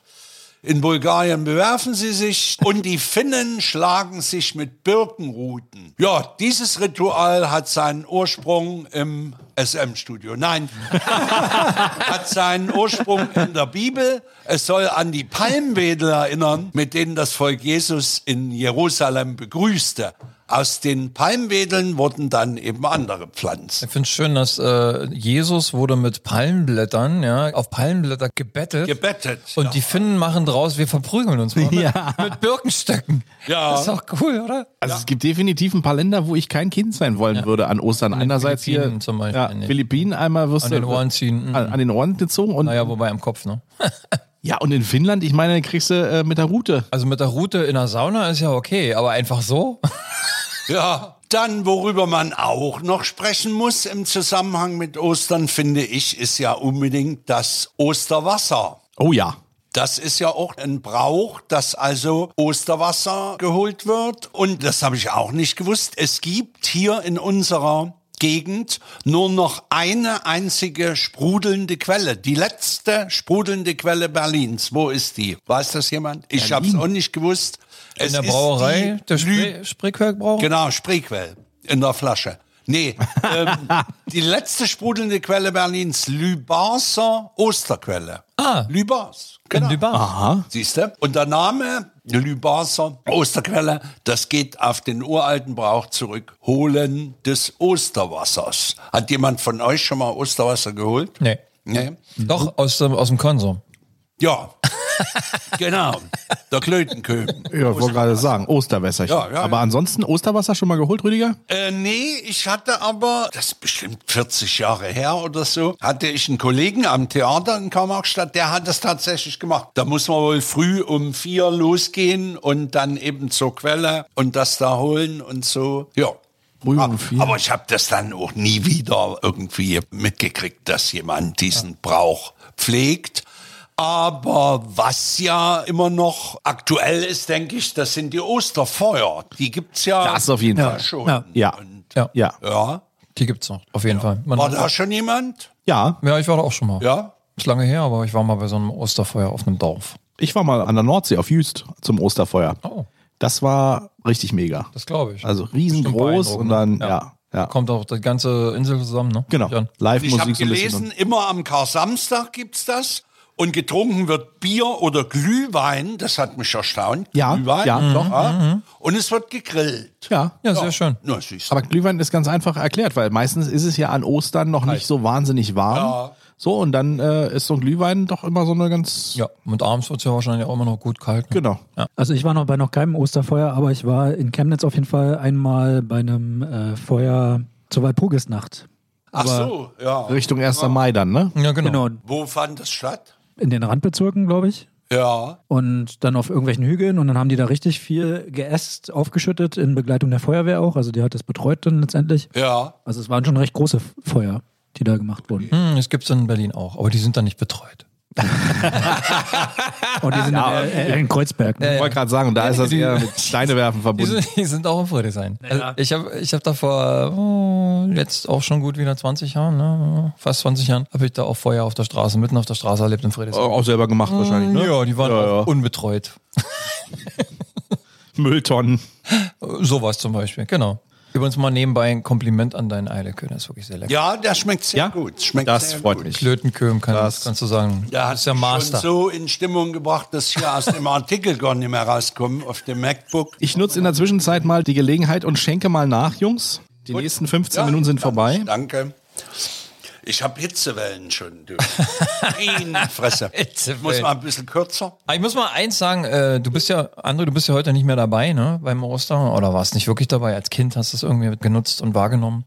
S2: In Bulgarien bewerfen sie sich und die Finnen schlagen sich mit Birkenruten. Ja, dieses Ritual hat seinen Ursprung im SM-Studio. Nein, hat seinen Ursprung in der Bibel. Es soll an die Palmwedel erinnern, mit denen das Volk Jesus in Jerusalem begrüßte. Aus den Palmwedeln wurden dann eben andere Pflanzen.
S3: Ich finde es schön, dass äh, Jesus wurde mit Palmblättern, ja, auf Palmblätter gebettet.
S2: Gebettet.
S3: und die Finnen machen draus, wir verprügeln uns mal ja. mit, mit Birkenstöcken.
S2: Ja.
S3: Das ist doch cool, oder?
S6: Also es gibt definitiv ein paar Länder, wo ich kein Kind sein wollen würde an Ostern. Einerseits hier
S3: Philippinen zum Beispiel,
S6: ja,
S3: nee.
S6: Philippinen einmal wirst
S3: An
S6: du äh,
S3: den Ohren ziehen.
S6: an, an den Ohren gezogen und
S3: Naja, wobei am Kopf, ne?
S6: ja und in Finnland, ich meine, kriegst du äh, mit der Rute.
S3: Also mit der Route in der Sauna ist ja okay, aber einfach so?
S2: Ja. Dann, worüber man auch noch sprechen muss im Zusammenhang mit Ostern, finde ich, ist ja unbedingt das Osterwasser.
S6: Oh ja.
S2: Das ist ja auch ein Brauch, dass also Osterwasser geholt wird. Und das habe ich auch nicht gewusst. Es gibt hier in unserer Gegend nur noch eine einzige sprudelnde Quelle. Die letzte sprudelnde Quelle Berlins. Wo ist die? Weiß das jemand? Ich habe es auch nicht gewusst.
S3: In der Brauerei, der Spree, Spreequellbrauch?
S2: Genau, Spreequell in der Flasche. Nee, ähm, die letzte sprudelnde Quelle Berlins, Lübarser Osterquelle.
S3: Ah.
S2: Lübars.
S3: In
S2: Genau.
S3: Lübars.
S2: Siehst du? Und der Name Lübarser Osterquelle, das geht auf den uralten Brauch zurück. Holen des Osterwassers. Hat jemand von euch schon mal Osterwasser geholt?
S3: Nee.
S2: Nee.
S3: Doch, aus, dem- aus dem Konsum.
S2: Ja. genau, der Klötenköben.
S1: Ja, ich wollte gerade sagen, Osterwässerchen.
S2: Ja, ja, ja.
S1: Aber ansonsten Osterwasser schon mal geholt, Rüdiger?
S2: Äh, nee, ich hatte aber, das ist bestimmt 40 Jahre her oder so, hatte ich einen Kollegen am Theater in Karl-Marx-Stadt, der hat das tatsächlich gemacht. Da muss man wohl früh um vier losgehen und dann eben zur Quelle und das da holen und so. Ja.
S1: Früh um
S2: Ah,
S1: vier.
S2: Aber ich habe das dann auch nie wieder irgendwie mitgekriegt, dass jemand diesen Brauch pflegt. Aber was ja immer noch aktuell ist, denke ich, das sind die Osterfeuer. Die gibt's ja.
S1: Das auf jeden
S2: ja,
S1: Fall.
S2: Schon.
S4: Ja.
S1: Ja.
S2: Und,
S3: Ja.
S1: Ja.
S2: ja.
S3: Die gibt's noch, auf jeden Fall. Man,
S2: War da schon jemand?
S1: Ja,
S3: ja, ich war da auch schon mal.
S2: Ja.
S3: Ist lange her, aber ich war mal bei so einem Osterfeuer auf einem Dorf.
S1: ich war mal an der Nordsee auf Jüst zum Osterfeuer.
S3: Oh.
S1: Das war richtig mega.
S3: Das glaube ich.
S1: Also riesengroß und
S3: Bestimmt
S1: dann,
S3: beeindruckend, ne?
S1: ja. ja.
S3: Kommt auch die ganze Insel zusammen, ne?
S1: Genau.
S3: Jan?
S2: Ich habe
S1: Live-Musik so ein bisschen.
S2: gelesen,
S1: Und,
S2: immer am Kar-Samstag gibt's das. Und getrunken wird Bier oder Glühwein. Das hat mich erstaunt.
S1: Ja,
S2: Glühwein. ah.
S1: ja, Mhm, doch.
S2: Und es wird gegrillt.
S1: ja.
S3: Ja, sehr schön.
S2: Na, süß.
S1: Aber Glühwein ist ganz einfach erklärt, weil meistens ist es ja an Ostern noch nicht so wahnsinnig warm. So, und dann äh, ist so ein Glühwein doch immer so eine ganz.
S3: Ja, und abends wird's ja wahrscheinlich auch immer noch gut kalt. ne?
S1: Genau.
S4: Also ich war noch bei noch keinem Osterfeuer, aber ich war in Chemnitz auf jeden Fall einmal bei einem äh, Feuer zur Walpurgisnacht.
S2: Ach so, ja.
S1: Richtung 1. Mai dann, ne?
S3: Ja, genau.
S4: Genau,
S2: Wo fand das statt?
S4: in den Randbezirken, glaube ich.
S2: Ja.
S4: Und dann auf irgendwelchen Hügeln und dann haben die da richtig viel geäst, aufgeschüttet, in Begleitung der Feuerwehr auch. Also die hat das betreut dann letztendlich.
S2: Ja.
S4: Also es waren schon recht große F- Feuer, die da gemacht wurden.
S3: Hm, das gibt's in Berlin auch, aber die sind da nicht betreut.
S4: Und die sind in, äh, in Kreuzberg. Ne?
S1: Ich wollte gerade sagen, da ist das eher mit Steine werfen
S3: Die
S1: verbunden.
S3: sind, die sind auch im Friedrichshain. Also ich habe ich hab da vor oh, jetzt auch schon gut wieder 20 Jahren, ne? fast 20 Jahren, habe ich da auch Feuer auf der Straße, mitten auf der Straße erlebt im Friedrichshain.
S1: Auch selber gemacht wahrscheinlich, ne?
S3: Ja, die waren
S1: Ja,
S3: auch
S1: ja.
S3: unbetreut.
S1: Mülltonnen.
S3: Sowas zum Beispiel, genau. Übrigens mal nebenbei ein Kompliment an deinen Eilekö, das ist wirklich sehr lecker.
S2: Ja, der schmeckt sehr
S1: Ja?
S2: gut. Schmeckt
S1: Das
S2: sehr
S1: freut
S2: gut.
S1: mich.
S3: Klötenköhm kann, kannst du sagen.
S2: Der
S3: Das
S2: hat
S3: ist der
S2: mich
S3: Master.
S2: schon so in Stimmung gebracht, dass hier aus dem Artikel gar nicht mehr rauskommen auf dem MacBook.
S1: Ich nutze in der Zwischenzeit mal die Gelegenheit und schenke mal nach, Jungs. Die nächsten 15
S2: Ja,
S1: Minuten sind
S2: danke,
S1: vorbei.
S2: Danke. Ich habe Hitzewellen schon. Du. In Fresse.
S3: Hitzewellen.
S2: Muss mal ein bisschen kürzer.
S3: Aber Ah, ich muss mal eins sagen, äh, du bist ja, André, du bist ja heute nicht mehr dabei, ne, beim Oster, oder warst nicht wirklich dabei? Als Kind hast du es irgendwie genutzt und wahrgenommen.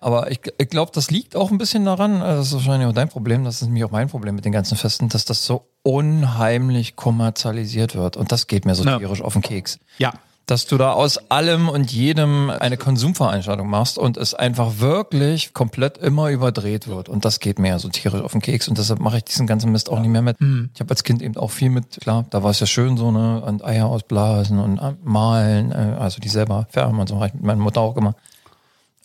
S3: Aber ich, ich glaube, das liegt auch ein bisschen daran, also das ist wahrscheinlich auch dein Problem, das ist nämlich auch mein Problem mit den ganzen Festen, dass das so unheimlich kommerzialisiert wird. Und das geht mir so tierisch auf den Keks.
S1: Ja.
S3: Dass du da aus allem und jedem eine Konsumveranstaltung machst und es einfach wirklich komplett immer überdreht wird. Und das geht mir ja so tierisch auf den Keks. Und deshalb mache ich diesen ganzen Mist auch nicht mehr mit. Ich habe als Kind eben auch viel mit, klar, da war es ja schön so, ne, und Eier ausblasen und äh, malen, äh, also die selber färben und so, habe ich mit meiner Mutter auch gemacht.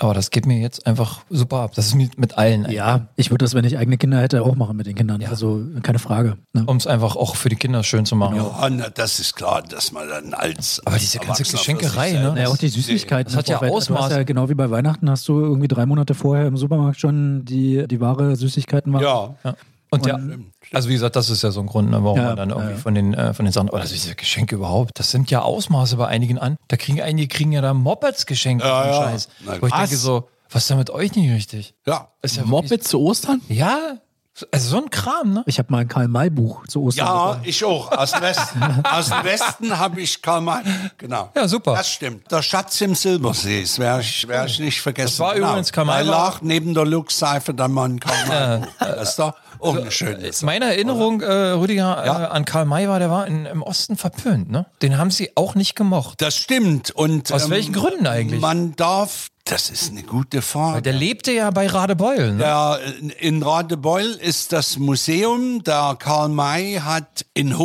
S3: Aber das geht mir jetzt einfach super ab. Das ist mit, mit allen.
S4: Ja, ich würde das, wenn ich eigene Kinder hätte, auch machen mit den Kindern. Also keine Frage. Ne?
S3: Um es einfach auch für die Kinder schön zu machen.
S2: Ja, na, das ist klar, dass man dann als.
S3: Aber diese ganze
S2: Erwachsener für
S3: Geschenkerei,
S2: sich selbst-
S3: ne?
S4: Ja, auch die Süßigkeiten.
S3: das hat ja
S4: im Vorfeld. Du hast
S3: Ausmaße.
S4: Ja, genau wie bei Weihnachten hast du irgendwie drei Monate vorher im Supermarkt schon die, die wahre Süßigkeiten. waren.
S2: Ja.
S3: Und ja, also wie gesagt, das ist ja so ein Grund, ne, warum
S4: Ja,
S3: man dann irgendwie
S4: ja.
S3: von den äh, von den Sachen, oder also diese Geschenke überhaupt, das sind ja Ausmaße bei einigen an. Da kriegen einige kriegen ja da Mopeds geschenkt
S2: Ja,
S3: und
S2: ja.
S3: Scheiß.
S2: Na,
S3: Wo ich
S1: was?
S3: denke so, was ist da mit euch nicht richtig?
S2: Ja.
S3: Ist ja
S1: Moped zu Ostern?
S3: wirklich- Ja, also so ein Kram, ne?
S4: Ich habe mal ein Karl-May-Buch zu Ostern.
S2: Ja,
S4: bekommen.
S2: ich auch. Aus dem Westen, aus dem Westen habe ich Karl May. Genau.
S3: Ja, super.
S2: Das stimmt. Der Schatz im Silbersee, das werde ich, werd ich nicht vergessen.
S3: Das war übrigens Karl May
S2: Da lag neben der Lux-Seife dann mal ein Karl May. Das ist doch auch eine schöne
S3: Ist meine Erinnerung, äh, Rüdiger, äh, an Karl May war, der war in, im Osten verpönt, ne? Den haben sie auch nicht gemocht.
S2: Das stimmt. Und, ähm,
S3: Aus welchen Gründen eigentlich?
S2: Man darf, das ist eine gute Frage.
S3: Der lebte ja bei Radebeul, ne?
S2: Ja, in- in Radebeul ist das Museum. Der Karl May hat in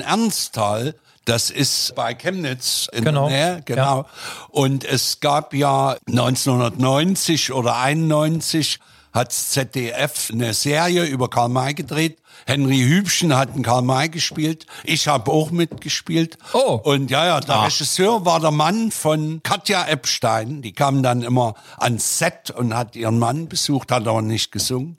S2: Hohenstein-Ernsthal, das ist bei Chemnitz in
S3: Genau.
S2: der Nähe, genau. Und es gab ja 1990 oder 91 hat's ZDF eine Serie über Karl May gedreht. Henry Hübschen hat einen Karl May gespielt. Ich habe auch mitgespielt.
S3: Oh.
S2: Und ja, ja, der Regisseur war der Mann von Katja Epstein. Die kam dann immer ans Set und hat ihren Mann besucht, hat aber nicht gesungen.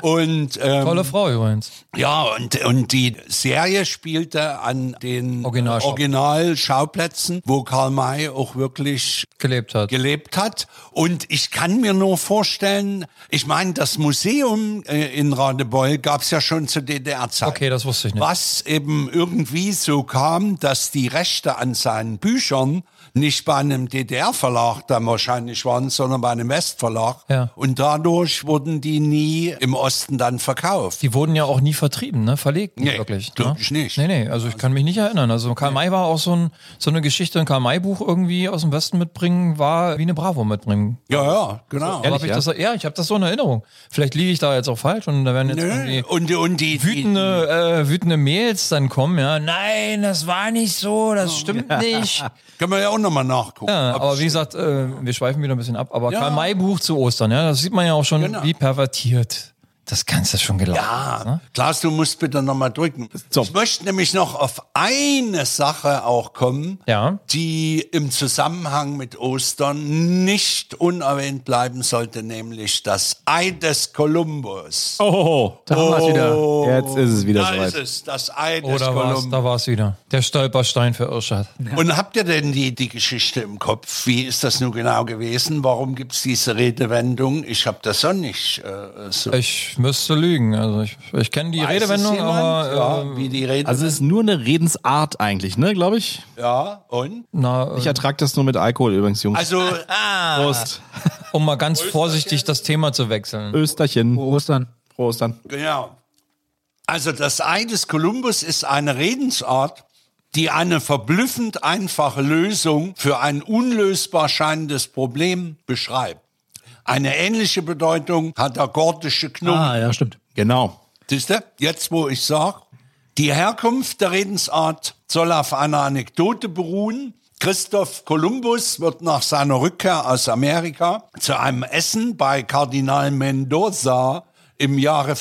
S2: und ähm,
S3: Tolle Frau übrigens.
S2: ja, und, und die Serie spielte an den
S3: Originalschau-
S2: Originalschauplätzen, wo Karl May auch wirklich
S3: Gelebt hat.
S2: gelebt hat. Und ich kann mir nur vorstellen, ich meine, das Museum äh, in Radebeul gab es ja schon zu DDR-Zeit.
S3: Okay, das wusste ich nicht.
S2: Was eben irgendwie so kam, dass die Rechte an seinen Büchern nicht bei einem DDR-Verlag dann wahrscheinlich waren, sondern bei einem Westverlag.
S3: Ja.
S2: Und dadurch wurden die nie im Osten dann verkauft.
S3: Die wurden ja auch nie vertrieben, ne? Verlegt, nicht
S2: Nee,
S3: wirklich.
S2: glaub
S3: ne?
S2: ich nicht.
S3: Nee, nee, also ich kann mich nicht erinnern. Also Karl May war auch so, ein, so eine Geschichte, ein Karl May-Buch irgendwie aus dem Westen mitbringen, war wie eine Bravo mitbringen.
S2: Ja, ja, genau.
S3: Ehrlich, hab ich ja? Das, ja, ich habe das so in Erinnerung. Vielleicht liege ich da jetzt auch falsch und da werden jetzt
S2: Nö.
S3: irgendwie
S2: Und, und die, die
S3: wütende, äh, wütende Mails dann kommen, ja. Nein, das war nicht so, das stimmt nicht.
S2: können wir ja auch nochmal nachgucken.
S3: Ja,
S2: Oh. Ob
S3: aber
S2: es-
S3: wie gesagt, äh, wir schweifen wieder ein bisschen ab, aber
S2: Ja.
S3: Karl-May-Buch zu Ostern, ja, das sieht man ja auch schon,
S2: Genau.
S3: wie pervertiert das Ganze schon gelaufen ist. Ne?
S2: Klaas, Ah, du musst bitte nochmal drücken. Ich möchte nämlich noch auf eine Sache auch kommen,
S3: Ja.
S2: die im Zusammenhang mit Ostern nicht unerwähnt bleiben sollte, nämlich das Ei des Kolumbus. Oh,
S7: Da haben wir's wieder.
S1: Jetzt ist es wieder
S2: da ist
S1: soweit.
S2: es, das Ei des
S3: Oder war's, da
S2: Kolumbus.
S3: war es wieder. Der Stolperstein für Irschad.
S2: Und habt ihr denn die, die Geschichte im Kopf? Wie ist das nun genau gewesen? Warum gibt es diese Redewendung? Ich habe das auch nicht äh, so.
S3: Ich müsste lügen. Also ich, ich kenne die
S2: Weiß es
S3: Redewendung,
S2: jemand?
S3: aber
S2: ja,
S3: äh,
S2: wie die Rede.
S1: Also es ist nur eine Redensart eigentlich, ne, glaube ich.
S2: ja, und?
S3: na,
S1: Ich
S3: äh,
S1: ertrage das nur mit Alkohol übrigens, Jungs.
S2: Also,
S1: Prost.
S3: um mal ganz vorsichtig das Thema zu wechseln.
S1: Österchen.
S4: Frohe Ostern.
S1: Prost dann.
S2: Genau. Also das Ei des Kolumbus ist eine Redensart, die eine verblüffend einfache Lösung für ein unlösbar scheinendes Problem beschreibt. Eine ähnliche Bedeutung hat der gordische Knoten.
S4: Ah, ja, stimmt.
S1: Genau.
S2: Siehst du, jetzt wo ich sag, die Herkunft der Redensart soll auf einer Anekdote beruhen. Christoph Kolumbus wird nach seiner Rückkehr aus Amerika zu einem Essen bei Kardinal Mendoza im Jahre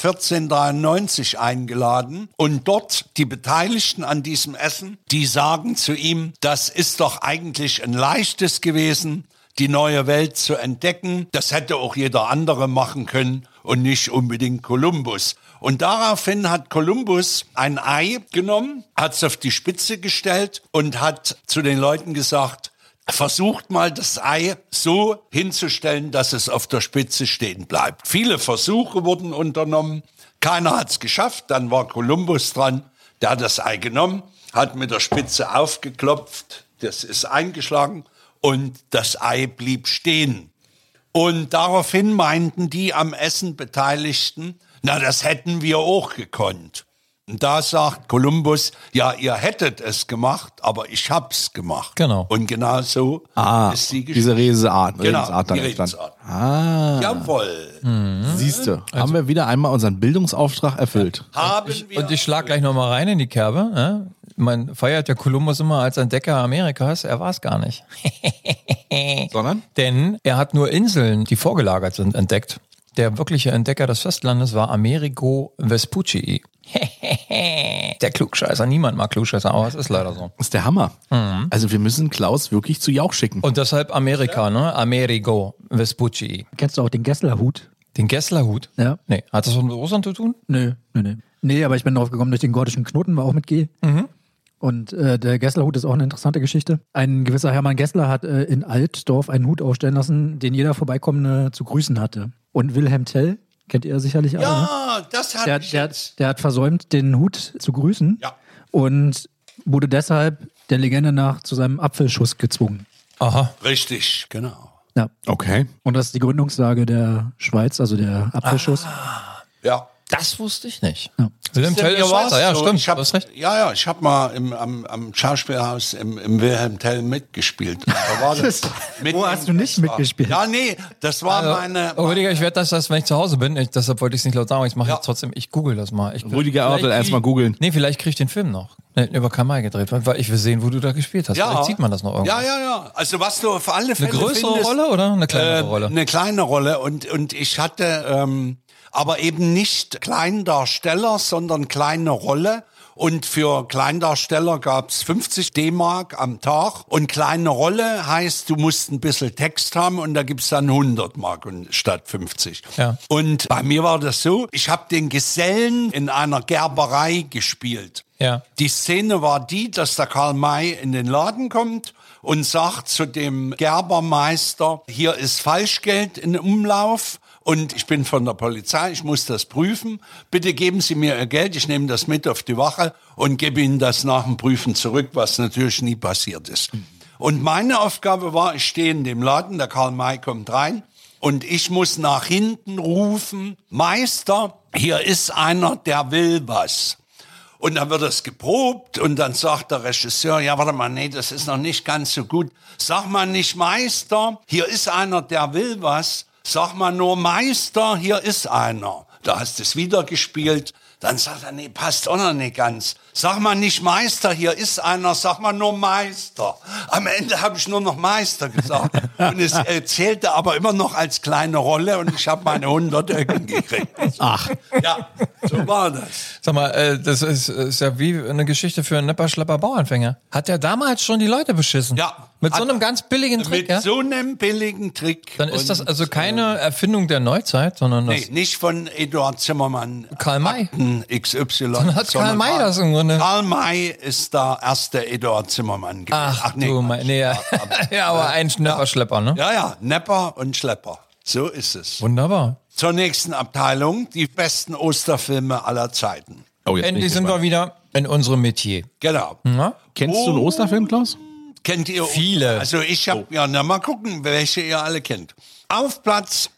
S2: 1493 eingeladen und dort die Beteiligten an diesem Essen, die sagen zu ihm, das ist doch eigentlich ein leichtes gewesen, die neue Welt zu entdecken. Das hätte auch jeder andere machen können und nicht unbedingt Kolumbus. Und daraufhin hat Kolumbus ein Ei genommen, hat es auf die Spitze gestellt und hat zu den Leuten gesagt, versucht mal das Ei so hinzustellen, dass es auf der Spitze stehen bleibt. Viele Versuche wurden unternommen, keiner hat es geschafft, dann war Kolumbus dran, der hat das Ei genommen, hat mit der Spitze aufgeklopft, das ist eingeschlagen und das Ei blieb stehen. Und daraufhin meinten die am Essen Beteiligten, na, das hätten wir auch gekonnt. Und da sagt Kolumbus, ja, ihr hättet es gemacht, aber ich hab's gemacht.
S3: Genau.
S2: Und genau so
S1: Ah,
S2: ist die Geschichte.
S1: diese Redensart,
S2: genau,
S1: Redensart dann
S2: die
S1: entstanden.
S2: Redensart.
S1: Ah,
S2: Jawohl.
S1: siehst du.
S4: Also
S1: Haben wir wieder einmal unseren Bildungsauftrag erfüllt.
S2: Haben wir.
S3: Und ich schlag gleich nochmal rein in die Kerbe. Ne? Man feiert ja Kolumbus immer als Entdecker Amerikas. Er war es gar nicht.
S1: Sondern?
S3: Denn er hat nur Inseln, die vorgelagert sind, entdeckt. Der wirkliche Entdecker des Festlandes war Amerigo Vespucci. Der Klugscheißer. Niemand mag Klugscheißer, aber es ist leider so.
S1: Das ist der Hammer.
S4: Mhm.
S1: Also wir müssen Klaus wirklich zu Jauch schicken.
S3: Und deshalb Amerika, ne? Amerigo Vespucci.
S4: Kennst du auch den Gesslerhut?
S3: Den Gesslerhut?
S4: Ja.
S3: Nee. Hat das was mit Russland zu tun?
S4: Nö, nö, nö. Mhm. Nee, aber ich bin drauf gekommen durch den gordischen Knoten, war auch mit G. Und äh, der Gesslerhut ist auch eine interessante Geschichte. Ein gewisser Hermann Gessler hat äh, in Altdorf einen Hut aufstellen lassen, den jeder Vorbeikommende zu grüßen hatte. Und Wilhelm Tell, kennt ihr sicherlich alle, ne?
S2: ah, das hat
S4: der,
S2: mich
S4: der,
S2: jetzt.
S4: der hat versäumt, den Hut zu grüßen
S2: Ja.
S4: und wurde deshalb der Legende nach zu seinem Apfelschuss gezwungen.
S3: Aha.
S2: Richtig, genau.
S4: Ja.
S1: Okay.
S4: Und das ist die Gründungssage der Schweiz, also der Apfelschuss.
S2: Ja.
S3: Das wusste ich nicht.
S4: Ja.
S3: Wilhelm Tell ist
S2: Ja, war's
S3: Schweizer, ja,
S2: so.
S3: stimmt.
S2: Ich hab,
S3: du hast recht.
S2: Ja, ja, ich habe mal im, am, am Schauspielhaus im, im Wilhelm Tell mitgespielt. Und Da war das mit
S4: Wo hast du nicht mitgespielt?
S2: Ja, nee, das war meine.
S3: Oh, Rüdiger, ich werde das, das, wenn ich zu Hause bin, ich, deshalb wollte ich es nicht laut sagen, aber ich mache
S2: Ja.
S3: jetzt trotzdem, ich google das mal. Ich,
S1: Rüdiger Oertel,
S3: vielleicht-
S1: erst mal googeln.
S3: Nee, vielleicht kriege ich den Film noch. Nee, über Kamai gedreht, weil ich will sehen, wo du da gespielt hast. Vielleicht sieht man das noch irgendwo.
S2: Ja, ja, ja. Also was du auf alle Fälle
S3: Eine größere
S2: findest,
S3: Rolle oder eine kleinere
S2: äh,
S3: Rolle?
S2: Eine kleine Rolle und, und ich hatte ähm, aber eben nicht Kleindarsteller, sondern kleine Rolle. Und für Kleindarsteller gab's 50 D-Mark am Tag. Und kleine Rolle heißt, du musst ein bisschen Text haben und da gibt's dann 100 Mark und, statt 50.
S3: Ja.
S2: Und bei mir war das so, ich habe den Gesellen in einer Gerberei gespielt.
S3: Ja.
S2: Die Szene war die, dass der Karl May in den Laden kommt und sagt zu dem Gerbermeister, hier ist Falschgeld in Umlauf und ich bin von der Polizei, ich muss das prüfen. Bitte geben Sie mir Ihr Geld, ich nehme das mit auf die Wache und gebe Ihnen das nach dem Prüfen zurück, was natürlich nie passiert ist. Und meine Aufgabe war, ich stehe in dem Laden, der Karl May kommt rein und ich muss nach hinten rufen, Meister, hier ist einer, der will was. Und dann wird das geprobt und dann sagt der Regisseur, ja, warte mal, nee, das ist noch nicht ganz so gut. Sag mal nicht Meister, hier ist einer, der will was. Sag mal nur Meister, hier ist einer. Da hast du es wieder gespielt. Dann sagt er, nee, passt auch noch nicht ganz. Sag mal nicht Meister, hier ist einer, sag mal nur Meister. Am Ende habe ich nur noch Meister gesagt. Und es äh, zählte aber immer noch als kleine Rolle und ich habe meine 100 Öcken gekriegt. Ach. Ja, so war das.
S3: Sag mal, äh, das ist, ist ja wie eine Geschichte für einen nepperschlepper Bauanfänger. Hat der damals schon die Leute beschissen?
S2: Ja.
S3: Mit so
S2: Hat
S3: einem
S2: er.
S3: ganz billigen Trick,
S2: Mit
S3: ja?
S2: so einem billigen Trick.
S3: Dann ist das
S2: Und,
S3: also keine Erfindung der Neuzeit, sondern das
S2: Nee, nicht von Eduard Zimmermann.
S3: Karl May.
S2: Akten XY.
S3: Dann hat Karl
S2: sondern
S3: May das im Grunde.
S2: Karl May ist der erste Eduard Zimmermann gewesen.
S3: Ach,
S2: nee,
S3: du mein, nee, ja. ja, aber ein Nepperschlepper, ne?
S2: Ja, ja, Nepper und Schlepper. So ist es.
S3: Wunderbar.
S2: Zur nächsten Abteilung, die besten Osterfilme aller Zeiten.
S1: Oh, jetzt bin ich
S3: Endlich sind
S1: gespannt.
S3: wir wieder in unserem Metier.
S2: Genau.
S3: Na?
S1: Kennst du einen
S2: Oh.
S1: Osterfilm, Klaus?
S2: Kennt ihr
S3: Viele. Oh.
S2: Also ich habe ja, na mal gucken, welche ihr alle kennt. Auf Platz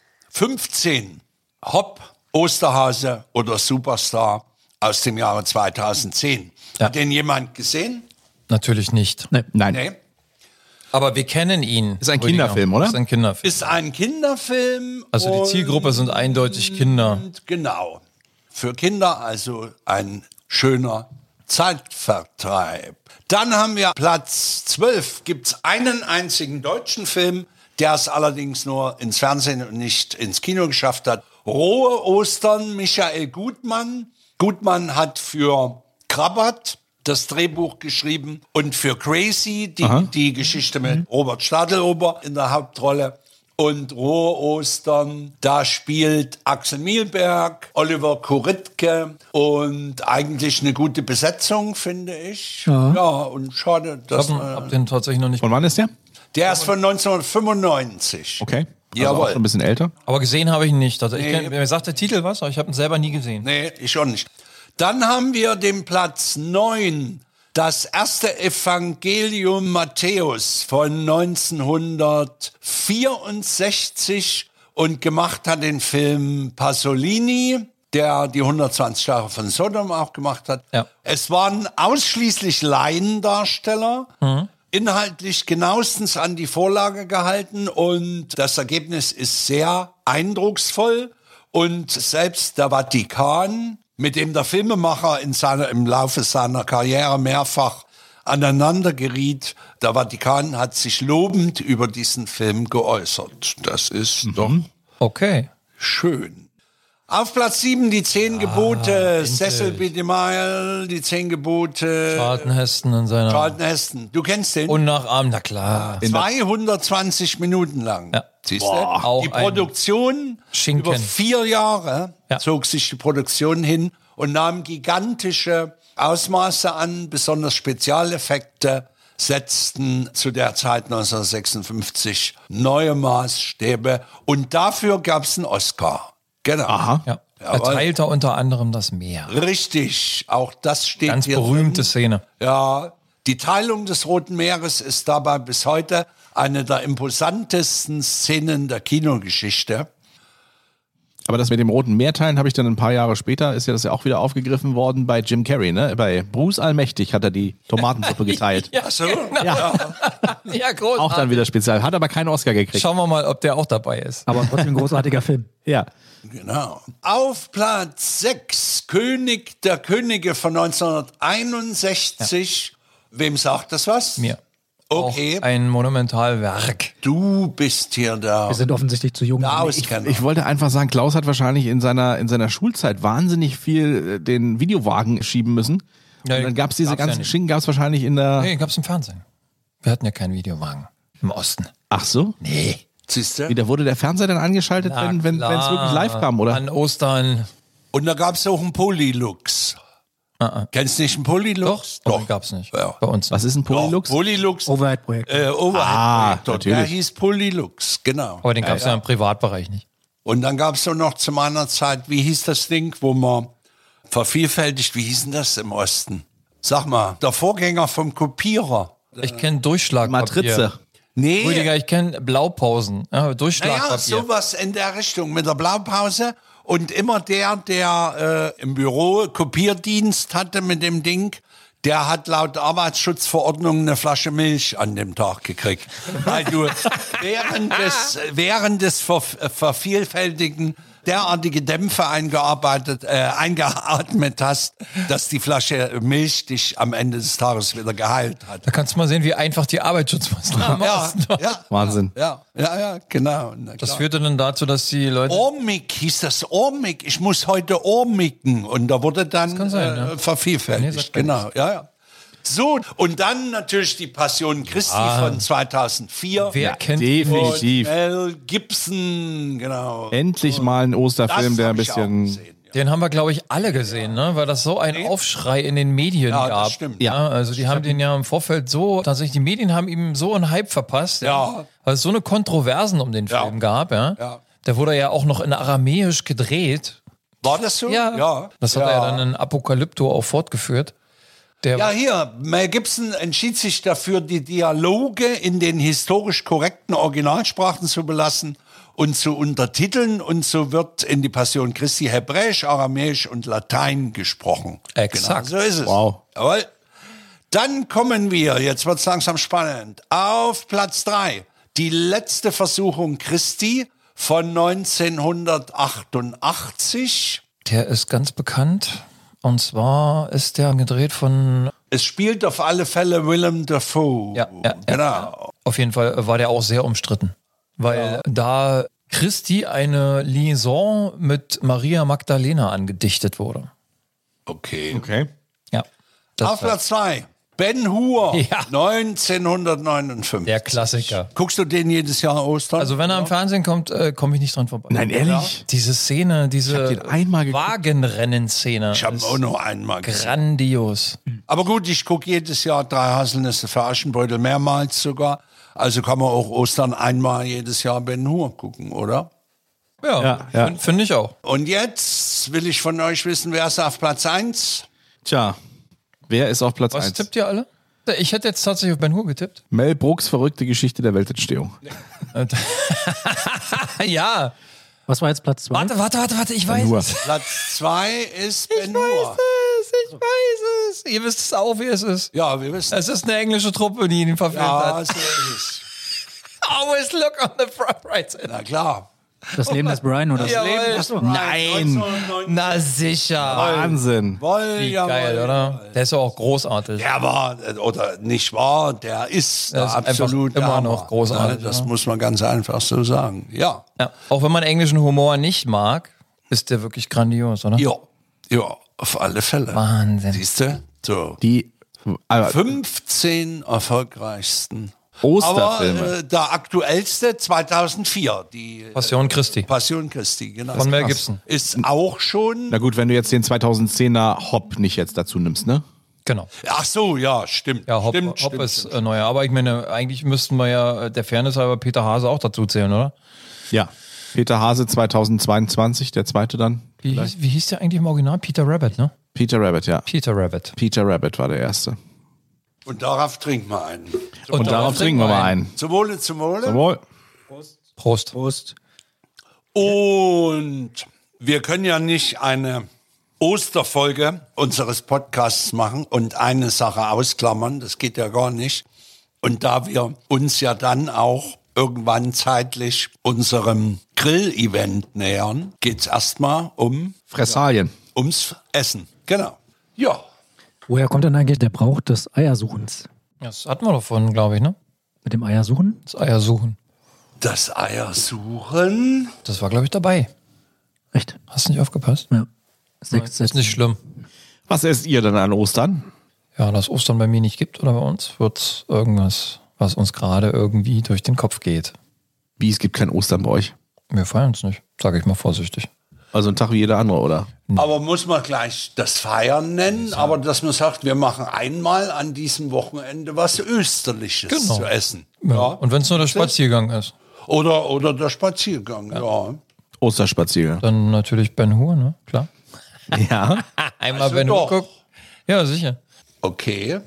S2: 15 Hopp, Osterhase oder Superstar aus dem Jahre 2010. Hat den jemand gesehen?
S3: Natürlich nicht.
S1: Nein.
S2: Nee.
S3: Aber wir kennen ihn.
S1: Ist ein
S3: Rüdiger.
S1: Kinderfilm, oder?
S3: Ist ein Kinderfilm.
S2: Ist ein Kinderfilm.
S3: Also die
S2: und-
S3: Zielgruppe sind eindeutig Kinder.
S2: Genau. Für Kinder also ein schöner Zeitvertreib. Dann haben wir Platz 12. Gibt es einen einzigen deutschen Film, der es allerdings nur ins Fernsehen und nicht ins Kino geschafft hat. Rohe Ostern, Michael Gutmann. Gutmann hat für Krabat das Drehbuch geschrieben und für Crazy die, die Geschichte mit Robert Stadelober in der Hauptrolle. Und Rohe Ostern, da spielt Axel Mielberg, Oliver Kuritke und eigentlich eine gute Besetzung, finde ich. Ja, und schade, dass. äh,
S3: Ich hab den tatsächlich noch nicht.
S1: Von wann ist der?
S2: Der ist von 1995.
S1: Okay. Also
S2: Jawohl.
S1: Auch schon ein bisschen älter.
S3: Aber gesehen habe ich ihn nicht. Also ich
S2: Nee.
S3: kenn, mir sagt der Titel was, aber ich habe ihn selber nie gesehen.
S2: Nee, ich auch nicht. Dann haben wir den Platz 9. Das erste Evangelium Matthäus von 1964 und gemacht hat den Film Pasolini, der die 120 Jahre von Sodom auch gemacht hat.
S3: Ja.
S2: Es waren ausschließlich Laiendarsteller, inhaltlich genauestens an die Vorlage gehalten und das Ergebnis ist sehr eindrucksvoll. Und selbst der Vatikan, mit dem der Filmemacher in seiner, im Laufe seiner Karriere mehrfach aneinander geriet, der Vatikan hat sich lobend über diesen Film geäußert. Das ist doch
S3: Okay.
S2: schön. Auf Platz 7 die zehn
S3: Ah,
S2: Gebote, Cecil B. DeMille, die zehn Gebote,
S3: Charlton Heston in seiner
S2: Charlton Heston. Du kennst den?
S3: Unnachahmt, na klar.
S2: 220 Minuten lang.
S3: Ja.
S2: Siehst
S3: Boah. Auch
S2: du? Die
S3: ein
S2: Produktion
S3: Schinken.
S2: über vier Jahre
S3: Ja.
S2: zog sich die Produktion hin und nahm gigantische Ausmaße an, besonders Spezialeffekte setzten zu der Zeit 1956 neue Maßstäbe und dafür gab es einen Oscar. Genau. Aha.
S3: Ja. Erteilt er unter anderem das Meer.
S2: Richtig, auch das steht
S3: Ganz
S2: hier
S3: berühmte Szene.
S2: ja, die Teilung des Roten Meeres ist dabei bis heute eine der imposantesten Szenen der Kinogeschichte.
S1: Aber das mit dem roten Meerteilen habe ich dann ein paar Jahre später, ist ja das ja auch wieder aufgegriffen worden bei Jim Carrey, ne? Bei Bruce Allmächtig hat er die Tomatensuppe geteilt.
S2: Ach so, ja.
S3: Ja, groß.
S1: Auch dann wieder speziell. Hat aber keinen Oscar gekriegt.
S3: Schauen wir mal, ob der auch dabei ist.
S4: Aber trotzdem ein großartiger Film.
S1: Ja.
S2: genau. Auf Platz 6, König der Könige von 1961. Wem sagt das was?
S3: Mir.
S2: Okay,
S3: Auch ein Monumentalwerk.
S2: du bist hier der
S4: Wir sind offensichtlich zu jung. um
S2: Auskenner.
S1: Ich wollte einfach sagen, Klaus hat wahrscheinlich in seiner, in seiner Schulzeit wahnsinnig viel äh, den Videowagen schieben müssen.
S3: Ja,
S1: und dann gab es diese
S3: gab's ja
S1: ganzen
S3: nicht.
S1: Schinken, gab es wahrscheinlich in der.
S3: Nee, gab's im Fernsehen. Wir hatten ja keinen Videowagen. Im Osten.
S1: Ach so?
S3: Nee.
S2: Siehst du?
S1: Wie, da wurde der Fernseher dann angeschaltet,
S3: Na
S1: wenn wenn,
S3: klar.
S1: wenn's wirklich live kam, oder?
S3: An Ostern.
S2: Und da gab es auch einen Polylux. Kennst du nicht einen Polylux?
S3: Doch. Gab's nicht.
S2: Ja.
S3: Bei uns.
S1: Was ist ein
S2: Doch,
S1: Polylux?
S2: Polylux.
S4: Overhead-Projekt.
S2: Äh, Overhead
S1: Ah,
S2: Projektor.
S1: natürlich.
S2: Der hieß Polylux, genau.
S3: Aber den gab's ja, im Privatbereich nicht.
S2: Und dann gab es so noch zu meiner Zeit, wie hieß das Ding, wo man vervielfältigt, wie hieß denn das im Osten? Sag mal, der Vorgänger vom Kopierer.
S3: Ich kenne Durchschlagpapier.
S6: Matrize.
S2: Nee,
S3: Rüdiger, ich kenne Blaupausen. Ja, Durchschlagpapier.
S2: naja, sowas in der Richtung mit der Blaupause. Und immer der, der äh, im Büro Kopierdienst hatte mit dem Ding, der hat laut Arbeitsschutzverordnung eine Flasche Milch an dem Tag gekriegt. Weil du während des, während des Ver Vervielfältigen derartige Dämpfe eingearbeitet, äh, eingeatmet hast, dass die Flasche Milch dich am Ende des Tages wieder geheilt hat.
S3: Da kannst du mal sehen, wie einfach die Arbeitsschutzmaßnahmen
S2: Ja,
S3: außen waren.
S2: ja,
S1: Wahnsinn.
S2: ja, ja, ja, genau. Na
S3: Das
S2: klar.
S3: führte dann dazu, dass die Leute.
S2: Oh. Ormig hieß das Ormig. Ich muss heute Ormigen. Und da wurde dann
S3: kann sein,
S2: äh,
S3: ja. Nee,
S2: vervielfältigt.
S3: sagt man
S2: genau, ja, ja. So, und dann natürlich die Passion Christi von 2004.
S3: Ah. Wer kennt
S2: und
S1: Definitiv.
S2: Mel Gibson, genau.
S1: Endlich mal ein Osterfilm,
S2: Das
S1: der
S2: hab
S1: ein
S2: ich auch
S1: bisschen.
S2: gesehen, ja.
S3: Den haben wir, glaube ich, alle gesehen, ne? weil das so ein Aufschrei in den Medien
S2: Ja, das
S3: gab.
S2: stimmt.
S3: Ja, also die haben den ja im Vorfeld so, tatsächlich, die Medien haben ihm so einen Hype verpasst,
S2: Ja.
S3: weil es so eine Kontroversen um den
S2: Ja.
S3: Film gab. Ja?
S2: Ja.
S3: Der wurde ja auch noch in Aramäisch gedreht.
S2: War das so?
S3: Das hat
S2: ja.
S3: er ja dann in Apokalypto auch fortgeführt. Der
S2: Ja, hier, Mel Gibson entschied sich dafür, die Dialoge in den historisch korrekten Originalsprachen zu belassen und zu untertiteln. Und so wird in die Passion Christi Hebräisch, Aramäisch und Latein gesprochen.
S3: Exakt.
S2: Genau, so ist es.
S1: Wow.
S2: Jawohl. Dann kommen wir, jetzt wird's langsam spannend, auf Platz drei. Die letzte Versuchung Christi von 1988.
S3: Der ist ganz bekannt. Und zwar ist der gedreht von,
S2: Es spielt auf alle Fälle Willem Dafoe.
S3: Ja, ja, ja.
S2: genau.
S3: auf jeden Fall war der auch sehr umstritten. Weil da Christi eine Liaison mit Maria Magdalena angedichtet wurde.
S2: Okay.
S1: Okay.
S3: Ja.
S2: Auf Platz 2, Ben Hur,
S3: Ja.
S2: 1959.
S3: der Klassiker.
S2: Guckst du den jedes Jahr Ostern?
S3: Also wenn er im Fernsehen kommt, äh, komme ich nicht dran vorbei.
S1: Nein, ehrlich?
S3: Diese Szene, diese
S1: den einmal geguckt.
S3: Wagenrennen-Szene
S2: ich habe
S3: ist
S2: auch nur einmal gesehen.
S3: grandios.
S2: Aber gut, ich gucke jedes Jahr drei Haselnüsse für Aschenbeutel, mehrmals sogar. Also kann man auch Ostern einmal jedes Jahr Ben Hur gucken, oder?
S3: Ja,
S1: ja.
S3: finde find ich auch.
S2: Und jetzt will ich von euch wissen, wer ist auf Platz 1?
S1: Tja. Wer ist auf Platz
S3: Was
S1: 1?
S3: tippt ihr alle? Ich hätte jetzt tatsächlich auf Ben Hur getippt.
S1: Mel Brooks verrückte Geschichte der Weltentstehung.
S3: ja.
S4: Was war jetzt Platz 2?
S3: Warte, warte, warte, warte, ich weiß
S1: Hur.
S3: es.
S2: Platz 2 ist Ben Hur.
S3: es, ich weiß es. Ihr wisst es auch, wie es ist.
S2: Ja, wir wissen.
S3: Es ist eine englische Truppe, die ihn verfilmt
S2: Ja,
S3: hat.
S2: so ist es.
S3: Always look on the front right side.
S2: Na klar.
S4: Das Leben des Brian oder
S3: Ja.
S4: so.
S3: Jawohl.
S2: des Brian,
S1: Nein.
S2: 1990.
S3: Na sicher.
S1: Wahnsinn.
S2: Voll,
S3: Wie
S2: jawohl.
S3: geil, oder? Der ist ja auch großartig.
S2: Der war, äh, oder nicht war, der ist,
S3: Der
S2: der
S3: ist einfach
S2: absolut
S3: immer
S2: Hammer.
S3: noch großartig, ne?
S2: Ja, Das
S3: ja.
S2: muss man ganz einfach so sagen. Ja,
S3: Ja. Auch wenn man englischen Humor nicht mag, ist der wirklich grandios, oder?
S2: ja, ja, auf alle Fälle.
S3: Wahnsinn.
S2: Siehst du? So. Die
S1: Die äh,
S2: 15 erfolgreichsten.
S1: Osterfilme.
S2: Aber äh, der aktuellste 2004, die äh,
S3: Passion Christi.
S2: Passion Christi, genau.
S3: Von Mel Gibson.
S2: Ist auch schon.
S1: na gut, wenn du jetzt den 2010er Hop nicht jetzt dazu nimmst, ne?
S3: Genau.
S2: Ach so, ja, stimmt.
S3: Ja, Hop,
S2: stimmt,
S3: Hop
S2: stimmt,
S3: ist
S2: stimmt.
S3: äh, neuer. Aber ich meine, eigentlich müssten wir ja äh, der Fairness halber Peter Hase auch dazu zählen, oder?
S1: Ja. Peter Hase 2022, der zweite dann.
S3: Wie hieß, wie hieß der eigentlich im Original? Peter Rabbit, ne?
S1: Peter Rabbit, ja.
S3: Peter Rabbit.
S1: Peter Rabbit war der erste.
S2: Und darauf trinken wir einen.
S3: Und,
S1: Darauf trinken wir mal einen.
S2: Zum Wohle, zum Wohle.
S1: Jawohl.
S3: Prost.
S4: Prost.
S2: Und wir können ja nicht eine Osterfolge unseres Podcasts machen und eine Sache ausklammern. Das geht ja gar nicht. Und da wir uns ja dann auch irgendwann zeitlich unserem Grill-Event nähern, geht es erstmal um,
S1: Fressalien.
S2: ums Essen. Genau. Ja.
S4: Woher kommt denn eigentlich der Brauch des Eiersuchens?
S3: Das hatten wir doch vorhin, glaube ich, ne?
S4: Mit dem Eiersuchen?
S3: Das Eiersuchen.
S2: Das Eiersuchen.
S3: Das war, glaube ich, dabei.
S4: Echt?
S3: Hast du nicht aufgepasst?
S4: Ja. Sechs,
S3: Ist
S4: sechs.
S3: nicht schlimm.
S1: Was esst ihr denn an Ostern?
S3: Ja, dass Ostern bei mir nicht gibt oder bei uns, wird's irgendwas, was uns gerade irgendwie durch den Kopf geht.
S1: Wie, es gibt kein Ostern bei euch.
S3: Wir feiern es nicht, sage ich mal vorsichtig.
S1: Also ein Tag wie jeder andere, oder?
S3: Hm.
S2: Aber muss man gleich das Feiern nennen, aber dass man sagt, wir machen einmal an diesem Wochenende was Österliches
S3: Genau.
S2: zu essen.
S3: Ja. Und wenn es nur der Spaziergang ist.
S2: Oder, oder der Spaziergang, ja.
S1: Osterspaziergang.
S3: Dann natürlich Ben Hur, ne? Klar.
S6: Ja.
S3: Einmal
S2: Also
S3: Ben Hur
S2: doch.
S3: gucken. Ja, sicher.
S2: Okay.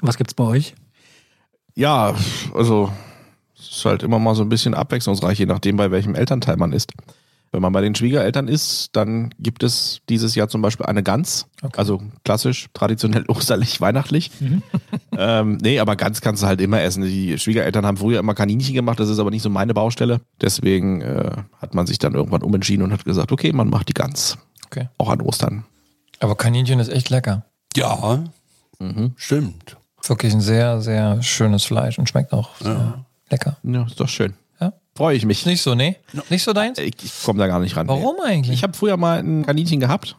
S4: Was gibt's bei euch?
S1: Ja, also es ist halt immer mal so ein bisschen abwechslungsreich, je nachdem, bei welchem Elternteil man ist. Wenn man bei den Schwiegereltern ist, dann gibt es dieses Jahr zum Beispiel eine Gans. Also klassisch, traditionell osterlich, weihnachtlich.
S3: Mhm.
S1: ähm, nee, aber Gans kannst du halt immer essen. Die Schwiegereltern haben früher immer Kaninchen gemacht, das ist aber nicht so meine Baustelle. Deswegen äh, hat man sich dann irgendwann umentschieden und hat gesagt, okay, man macht die Gans.
S3: Okay.
S1: Auch an Ostern.
S3: Aber Kaninchen ist echt lecker.
S2: Ja,
S3: Mhm.
S2: stimmt.
S3: Wirklich ein sehr, sehr schönes Fleisch und schmeckt auch sehr lecker.
S1: Ja, ist doch schön.
S3: Ja.
S1: Freue ich mich.
S3: Ist nicht so, nee? Nicht so deins?
S1: Ich, ich komme da gar nicht ran.
S3: Warum eigentlich?
S1: Ich habe früher mal ein Kaninchen gehabt.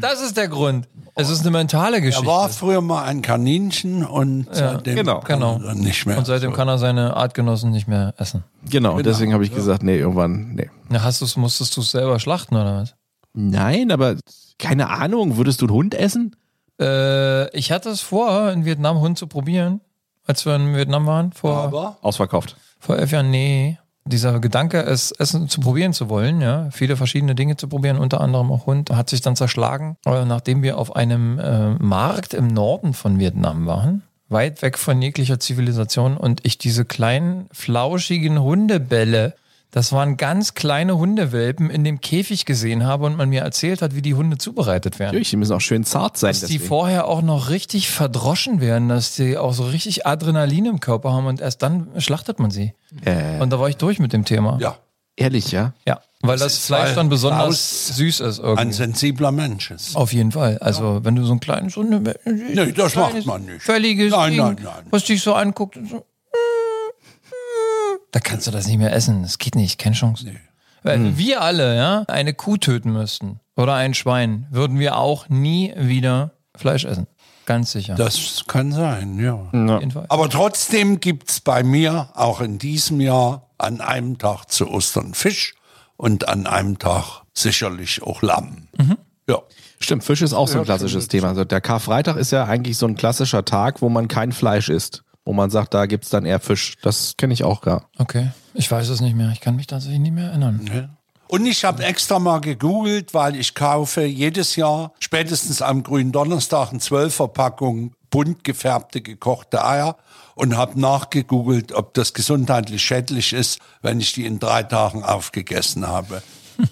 S3: das ist der Grund. Es ist eine mentale
S2: Er
S3: Geschichte.
S2: war früher mal ein Kaninchen und seitdem
S1: genau.
S2: kann er
S3: Genau.
S2: dann nicht mehr.
S3: Und seitdem kann er seine Artgenossen nicht mehr essen.
S1: Genau, deswegen habe ich gesagt, nee, irgendwann, nee.
S3: Na, hast du's, musstest du es selber schlachten oder was?
S1: Nein, aber keine Ahnung, würdest du einen Hund essen?
S3: Äh, ich hatte es vor, in Vietnam Hund zu probieren, als wir in Vietnam waren, vor,
S2: Aber
S1: Ausverkauft.
S3: vor elf Jahren. Nee. Dieser Gedanke, es Essen zu probieren zu wollen, ja, viele verschiedene Dinge zu probieren, unter anderem auch Hund, hat sich dann zerschlagen, äh, nachdem wir auf einem äh, Markt im Norden von Vietnam waren, weit weg von jeglicher Zivilisation und ich diese kleinen, flauschigen Hundebälle, das waren ganz kleine Hundewelpen, in dem Käfig gesehen habe und man mir erzählt hat, wie die Hunde zubereitet werden.
S1: Natürlich, die müssen auch schön zart sein.
S3: Dass die
S1: deswegen.
S3: vorher auch noch richtig verdroschen werden, dass die auch so richtig Adrenalin im Körper haben und erst dann schlachtet man sie.
S1: Äh.
S3: Und da war ich durch mit dem Thema.
S2: ja,
S1: Ehrlich, ja?
S3: Ja, weil das,
S2: ist
S3: Fleisch
S2: halt
S3: dann besonders
S2: raus-
S3: süß ist
S2: ein
S3: irgendwie.
S2: sensibler Mensch ist.
S3: Auf jeden Fall. Also wenn du so einen kleinen so eine,
S2: Nee, das macht man nicht.
S3: völliges
S2: Nein,
S3: Ding,
S2: nein, nein.
S3: was dich so anguckt und so. Da kannst du das nicht mehr essen. Das geht nicht. Keine Chance. Wenn wir alle ja, eine Kuh töten müssten oder ein Schwein, würden wir auch nie wieder Fleisch essen. Ganz sicher.
S2: Das kann sein, ja.
S3: Auf jeden Fall.
S2: Aber trotzdem gibt es bei mir auch in diesem Jahr an einem Tag zu Ostern Fisch und an einem Tag sicherlich auch Lamm.
S3: Mhm.
S2: Ja.
S1: Stimmt, Fisch ist auch so ein klassisches Thema. Also der Karfreitag ist ja eigentlich so ein klassischer Tag, wo man kein Fleisch isst. Wo man sagt, da gibt es dann eher Fisch. Das kenne ich auch gar.
S3: Okay, ich weiß es nicht mehr. Ich kann mich tatsächlich nicht mehr erinnern.
S2: Und ich habe extra mal gegoogelt, weil ich kaufe jedes Jahr spätestens am grünen Donnerstag eine Zwölferpackung bunt gefärbte gekochte Eier und habe nachgegoogelt, ob das gesundheitlich schädlich ist, wenn ich die in drei Tagen aufgegessen habe.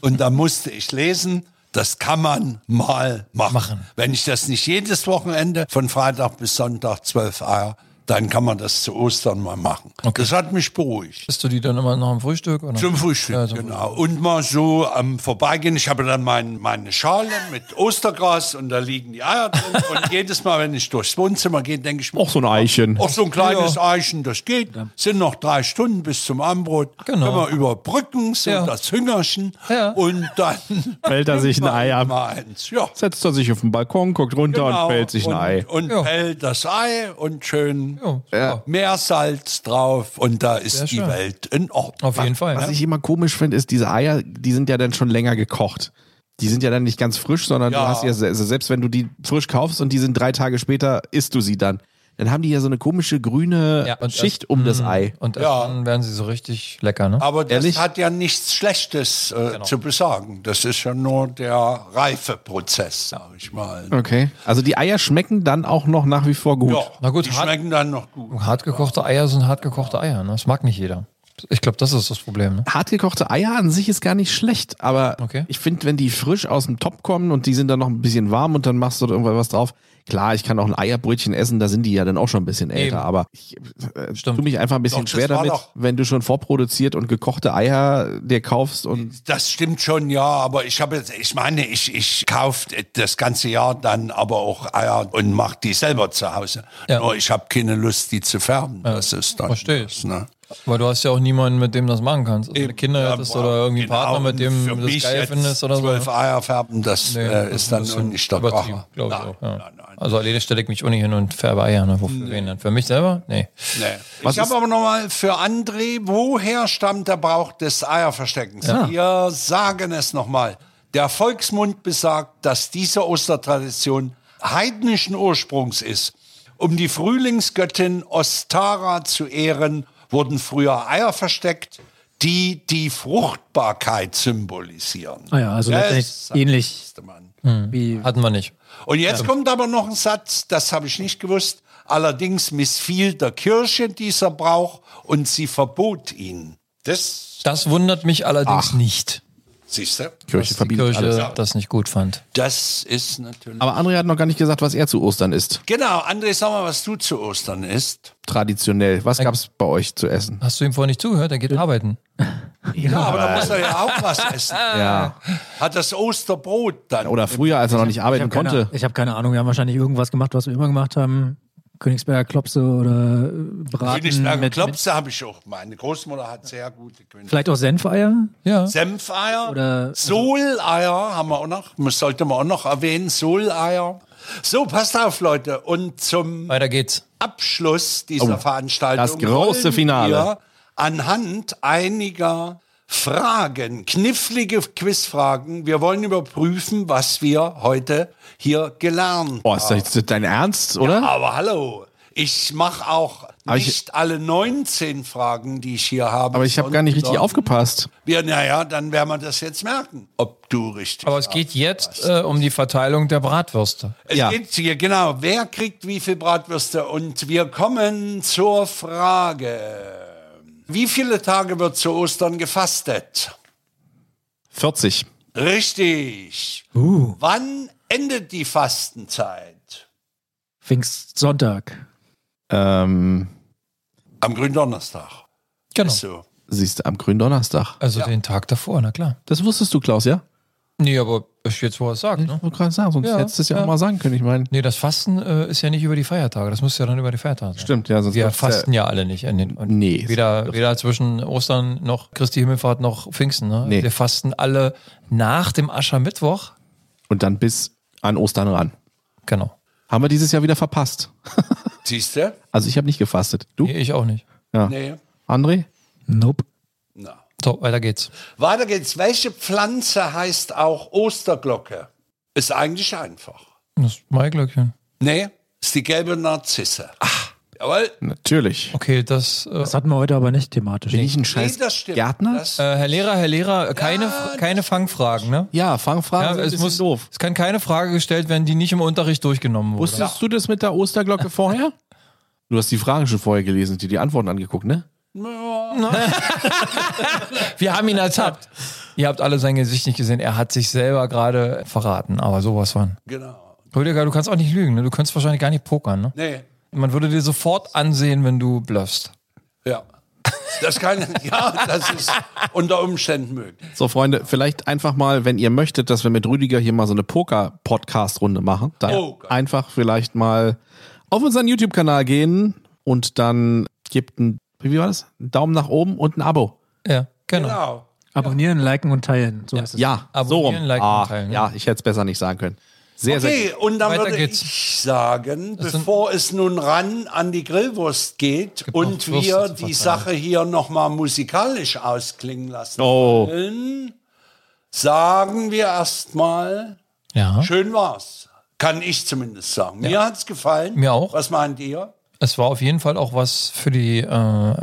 S2: Und da musste ich lesen, das kann man mal machen.
S3: Machen.
S2: Wenn ich das nicht jedes Wochenende von Freitag bis Sonntag zwölf Eier, dann kann man das zu Ostern mal machen. Das hat mich beruhigt.
S3: Isst du die dann immer nach dem Frühstück? Oder?
S2: Zum Frühstück,
S3: Ja, zum
S2: genau. Und mal so am Vorbeigehen. Ich habe dann mein, meine Schale mit Ostergras und da liegen die Eier drin. Und jedes Mal, wenn ich durchs Wohnzimmer gehe, denke ich mir,
S1: Auch so ein Eichen.
S2: auch so ein kleines Eichen, das geht. Sind noch drei Stunden bis zum Abendbrot.
S3: Genau.
S2: Können wir überbrücken, so
S3: Ja.
S2: das Hüngerchen.
S3: Ja.
S2: Und dann
S1: Fällt er sich ein Ei ab.
S2: mal eins. Ja.
S1: Setzt er sich auf den Balkon, guckt runter
S2: Genau.
S1: und fällt sich ein
S2: und,
S1: Ei.
S2: Und
S3: Ja.
S2: pellt das Ei und schön
S3: Ja, super.
S2: Meersalz drauf. Und da ist die
S3: schön.
S2: Welt in Ordnung.
S3: Auf jeden Fall. ne?
S1: Was
S3: Ja.
S1: ich immer komisch finde, ist, diese Eier, die sind ja dann schon länger gekocht. Die sind ja dann nicht ganz frisch, sondern du
S2: Ja.
S1: hast ja, se- also selbst wenn du die frisch kaufst und die sind drei Tage später, isst du sie dann. Dann haben die ja so eine komische grüne
S3: Ja, und
S1: Schicht um das Ei.
S3: Und erst
S2: Ja.
S3: dann werden sie so richtig lecker, ne?
S2: Aber das
S1: Ehrlich?
S2: hat ja nichts Schlechtes äh,
S3: Genau.
S2: zu besagen. Das ist ja nur der Reifeprozess, sag ich mal.
S1: Okay. Also die Eier schmecken dann auch noch nach wie vor gut.
S2: Ja,
S3: Na gut,
S2: die
S3: hart-
S2: schmecken dann noch gut.
S3: Hartgekochte Eier sind hartgekochte Eier, ne? Das mag nicht jeder. Ich glaube, das ist das Problem, ne?
S1: Hartgekochte Eier an sich ist gar nicht schlecht, aber
S3: Okay.
S1: ich finde, wenn die frisch aus dem Topf kommen und die sind dann noch ein bisschen warm und dann machst du da irgendwas was drauf. Klar, ich kann auch ein Eierbrötchen essen, da sind die ja dann auch schon ein bisschen älter,
S3: Eben.
S1: aber ich äh,
S3: Stimmt.
S1: tue mich einfach ein bisschen
S2: Doch, das
S1: schwer
S2: war
S1: damit,
S2: doch-
S1: wenn du schon vorproduziert und gekochte Eier dir kaufst und
S2: Das stimmt schon, ja, aber ich habe jetzt, ich meine, ich, ich kaufe das ganze Jahr dann aber auch Eier und mache die selber zu Hause.
S3: Ja.
S2: Nur ich habe keine Lust, die zu färben. Das ist dann.
S3: Verstehe
S2: das, ne?
S3: Weil du hast ja auch niemanden, mit dem du das machen kannst. Also, wenn du Kinder
S2: Ja,
S3: hättest
S2: boah,
S3: oder irgendwie einen
S2: genau.
S3: Partner, mit dem
S2: Für
S3: du das
S2: mich
S3: geil
S2: jetzt
S3: findest oder so.
S2: Zwölf
S3: ne?
S2: Eier färben, das,
S3: Nee,
S2: äh,
S3: das
S2: ist dann
S3: bisschen
S2: nicht der
S3: übertrieben,
S2: Kracher.
S3: glaub ich
S2: Nein,
S3: auch, ja.
S2: nein, nein.
S3: Also alleine stelle ich mich ohne hin und färbe Eier. Ne? Wofür wen dann? Für mich selber? Nee.
S2: Nee. ich habe aber nochmal für André, woher stammt der Brauch des Eierversteckens? Wir sagen es nochmal. Der Volksmund besagt, dass diese Ostertradition heidnischen Ursprungs ist. Um die Frühlingsgöttin Ostara zu ehren, wurden früher Eier versteckt, die die Fruchtbarkeit symbolisieren.
S4: Ah ja, also letztendlich
S2: Das
S4: ähnlich
S2: ist der Mann.
S4: wie
S3: Hatten wir nicht.
S2: Und jetzt kommt aber noch ein Satz, das habe ich nicht gewusst. Allerdings missfiel der Kirche dieser Brauch und sie verbot ihn. Das,
S3: Das wundert mich allerdings nicht,
S2: siehst du,
S1: Kirche
S3: dass die
S1: verbietet
S3: Kirche
S1: alles.
S3: das nicht gut fand.
S2: das ist natürlich.
S1: Aber André hat noch gar nicht gesagt, was er zu Ostern isst.
S2: Genau, André, sag mal, was du zu Ostern isst.
S1: Traditionell. Was gab's bei euch zu essen?
S3: Hast du ihm vorher nicht zugehört? Er geht arbeiten.
S2: Ja, aber da muss er ja auch was essen.
S1: Ja.
S2: Hat das Osterbrot dann.
S1: Oder früher, als er noch nicht arbeiten
S4: Ich habe
S1: konnte.
S4: keine, ich hab keine Ahnung. Wir haben wahrscheinlich irgendwas gemacht, was wir immer gemacht haben. Königsberger Klopse oder äh, Braten.
S2: Königsberger
S4: mit- mit-
S2: Klopse habe ich auch. Meine Großmutter hat sehr gute Königsberger.
S4: Vielleicht auch Senfeier?
S3: Ja.
S2: Senfeier.
S4: Oder-
S2: Soleier haben wir auch noch. Das sollte man auch noch erwähnen. Soleier. So, passt auf, Leute. Und zum
S3: Weiter geht's.
S2: Abschluss dieser
S1: Oh,
S2: Veranstaltung.
S1: das große
S2: wollen
S1: Finale.
S2: Wir anhand einiger Fragen, knifflige Quizfragen. Wir wollen überprüfen, was wir heute hier gelernt
S1: Boah, ist das jetzt dein Ernst, Oh, oder?
S2: aber hallo, ich mache auch
S1: Aber ich-
S2: nicht alle 19 Fragen, die ich hier habe.
S1: Aber ich habe gar nicht richtig
S2: sondern-
S1: aufgepasst.
S2: Ja, naja, dann werden wir das jetzt merken, ob du richtig
S3: Aber es geht jetzt äh, um die Verteilung der Bratwürste.
S2: Es
S1: Ja.
S2: geht hier, genau, wer kriegt wie viel Bratwürste? Und wir kommen zur Frage. Wie viele Tage wird zu Ostern gefastet?
S1: 40.
S2: Richtig.
S1: Uh.
S2: Wann endet die Fastenzeit?
S4: Pfingstsonntag.
S1: Ähm,
S2: Am Gründonnerstag.
S3: Genau.
S2: So.
S1: siehst du, am Gründonnerstag.
S3: Also den Tag davor, na klar.
S1: Das wusstest du, Klaus, ja?
S3: Nee, aber ich jetzt, wo er es sagt,
S1: Ich
S3: ne?
S1: wollte gerade sagen, sonst
S3: Ja,
S1: hättest du es ja,
S3: ja.
S1: auch mal sagen können. Ich meine,
S3: Nee, das Fasten äh, ist ja nicht über die Feiertage. Das muss ja dann über die Feiertage sein.
S1: stimmt, ja. Sonst
S3: Wir
S1: wird's
S3: fasten ja alle nicht. In den, und
S1: Nee.
S3: Weder, weder zwischen Ostern noch Christi Himmelfahrt noch Pfingsten. Ne?
S1: Nee.
S3: Wir fasten alle nach dem Aschermittwoch.
S1: Und dann bis an Ostern ran.
S3: Genau.
S1: Haben wir dieses Jahr wieder verpasst.
S2: Siehst du?
S1: Also ich habe nicht gefastet. Du?
S3: Nee, ich auch nicht.
S1: Ja.
S2: Nee.
S1: André?
S4: Nope.
S2: Na.
S3: So, weiter geht's.
S2: Weiter geht's. Welche Pflanze heißt auch Osterglocke? Ist eigentlich einfach.
S3: Das ist mein Glöckchen.
S2: Nee, ist die gelbe Narzisse.
S1: Ah.
S2: Ach, jawohl.
S1: Natürlich.
S3: Okay, das. Äh,
S4: Das hatten wir heute aber nicht thematisch.
S1: Bin ich ein
S2: Nee,
S1: scheiß
S2: das stimmt.
S1: Gärtner?
S2: Das,
S3: äh, Herr Lehrer, Herr Lehrer, äh, keine, keine Fangfragen, ne?
S1: ja, Fangfragen
S3: Ja,
S1: sind ein
S3: es,
S1: bisschen
S3: muss, es kann keine Frage gestellt werden, die nicht im Unterricht durchgenommen wurde.
S1: Wusstest du das mit der Osterglocke vorher? Du hast die Fragen schon vorher gelesen, die die Antworten angeguckt, ne?
S3: Wir haben ihn ertappt. Ihr habt alle sein Gesicht nicht gesehen. Er hat sich selber gerade verraten, aber sowas von.
S2: genau.
S3: Rüdiger, du kannst auch nicht lügen. Ne? Du kannst wahrscheinlich gar nicht pokern. Ne?
S2: Nee,
S3: Man würde dir sofort ansehen, wenn du bluffst.
S2: ja. Das kann, ja, das ist unter Umständen möglich.
S1: So, Freunde, vielleicht einfach mal, wenn ihr möchtet, dass wir mit Rüdiger hier mal so eine Poker-Podcast-Runde machen, dann
S2: Oh Gott.
S1: einfach vielleicht mal auf unseren YouTube-Kanal gehen und dann gebt ein, wie war das? Einen Daumen nach oben und ein Abo.
S3: Ja, genau.
S2: Genau.
S4: Abonnieren, liken und teilen. So heißt es.
S1: Ja, so rum.
S3: Abonnieren, liken und
S1: ah,
S3: teilen, ne?
S1: Ja, ich hätte es besser nicht sagen können. Sehr, sehr
S2: Okay,
S1: gut.
S2: und dann
S3: Also, Weiter
S2: würde
S3: geht's.
S2: ich sagen,
S3: sind-
S2: bevor es nun ran an die Grillwurst geht
S3: gibt
S2: und
S3: noch Würste
S2: wir
S3: zu
S2: die
S3: verteilen.
S2: Sache hier nochmal musikalisch ausklingen lassen
S1: Oh.
S2: wollen, sagen wir erstmal,
S3: Ja.
S2: schön war's. Kann ich zumindest sagen. Mir hat's gefallen.
S3: Mir auch.
S2: Was meint ihr?
S3: Es war auf jeden Fall auch was für die, äh,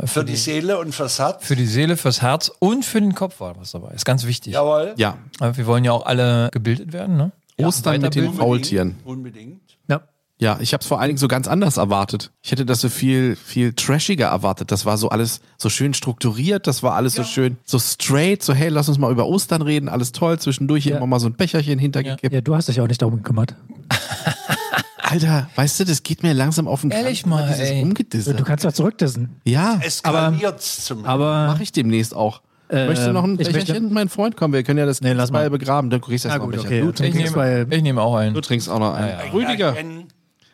S3: für,
S2: Für die Seele und fürs Herz?
S3: für die Seele, fürs Herz und für den Kopf war was dabei. Ist ganz wichtig.
S2: Jawohl.
S1: Ja,
S3: Aber Wir wollen ja auch alle gebildet werden, ne?
S1: Ostern mit den Faultieren.
S2: Unbedingt.
S4: Ja.
S1: Ja, ich hab's vor allen Dingen so ganz anders erwartet. Ich hätte das so viel, viel trashiger erwartet. Das war so alles so schön strukturiert, das war alles so schön, so straight, so hey, lass uns mal über Ostern reden, alles toll, zwischendurch immer mal so ein Becherchen hintergekippt.
S4: Ja, du hast dich auch nicht darum gekümmert.
S1: Alter, weißt du, das geht mir langsam auf den
S3: Ehrlich
S1: Kranz,
S3: mal,
S1: dieses
S3: ey.
S1: Rumgedisse.
S4: Du kannst ja zurückdissen.
S1: Ja,
S2: Es skaliert zumindest.
S4: Aber
S1: mach ich demnächst auch. Möchtest du noch ein
S4: ich möchte-
S1: Becherchen? Mein Freund, komm, wir können ja das
S4: Nee, lass
S1: mal
S4: mal.
S1: begraben, dann kriegst du erst
S4: Ah,
S1: mal
S4: gut,
S1: ein
S4: okay.
S1: Becherchen.
S4: Du trinkst
S3: Ich
S4: bei-
S3: nehme, ich nehme auch einen.
S1: Du trinkst auch noch einen.
S2: Ja,
S1: Rüdiger,
S2: wenn-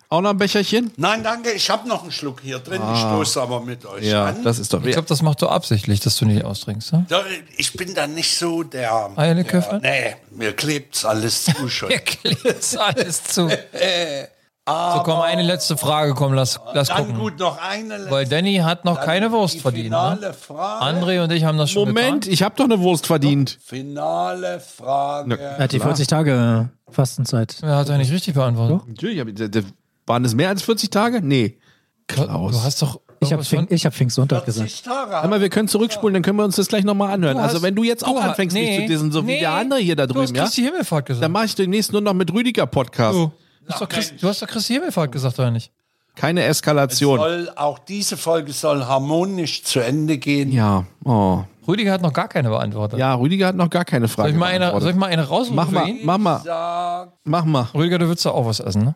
S1: auch noch ein Becherchen?
S2: Nein, danke, ich habe noch einen Schluck hier drin. Ich stoße aber mit euch
S1: Ah. Ja,
S2: an.
S1: das ist doch.
S3: Ich glaube, das machst du absichtlich, dass du nicht austrinkst. Ne?
S2: Da- ich bin da nicht so der.
S3: Eierlikör?
S2: der nee, mir klebt's alles zu schon.
S3: Mir klebt alles zu. so, komm, eine letzte Frage, komm, lass, lass
S2: Dann
S3: gucken.
S2: gut noch eine letzte.
S3: Weil Danny hat noch keine Wurst
S2: die
S3: verdient.
S2: Finale
S3: Ne?
S2: Frage.
S3: André und ich haben das schon
S1: Moment,
S3: getan.
S1: ich habe doch eine Wurst verdient.
S2: Finale Frage.
S4: er hat die 40 Tage äh, Fastenzeit.
S3: Er hat er nicht richtig beantwortet.
S1: Natürlich, aber d- d- waren es mehr als 40 Tage? Nee. Klaus.
S3: Du hast doch
S4: Ich habe
S3: Irgendwas von-
S4: Pfing, ich hab Pfingstsonntag
S1: also,
S4: gesagt.
S2: 40 Tage.
S1: Aber wir können zurückspulen, dann können wir uns das gleich nochmal anhören.
S3: Du
S1: also
S3: hast-
S1: wenn du jetzt auch
S3: du hast-
S1: anfängst,
S3: nee,
S1: mich zu dissen, so wie
S3: nee,
S1: der andere hier da
S3: Du hast
S1: drüben, ja,
S3: Christi Oh. Himmelfahrt gesagt.
S1: dann mache ich demnächst nur noch mit Rüdiger Podcast.
S3: du, du, hast doch Christ, du hast doch Christi Himmelfahrt gesagt, oder nicht?
S1: Keine Eskalation.
S2: soll, auch diese Folge soll harmonisch zu Ende gehen.
S1: Ja, oh.
S3: Rüdiger hat noch gar keine beantwortet.
S1: Ja, Rüdiger hat noch gar keine Frage.
S3: soll, ich mal eine, soll ich
S1: beantwortet.
S3: mal eine raussuchen
S1: mach
S3: für
S1: mal,
S3: ihn?
S1: mach mal,
S2: Sag,
S1: mach mal.
S3: Rüdiger, du willst doch auch was essen, ne?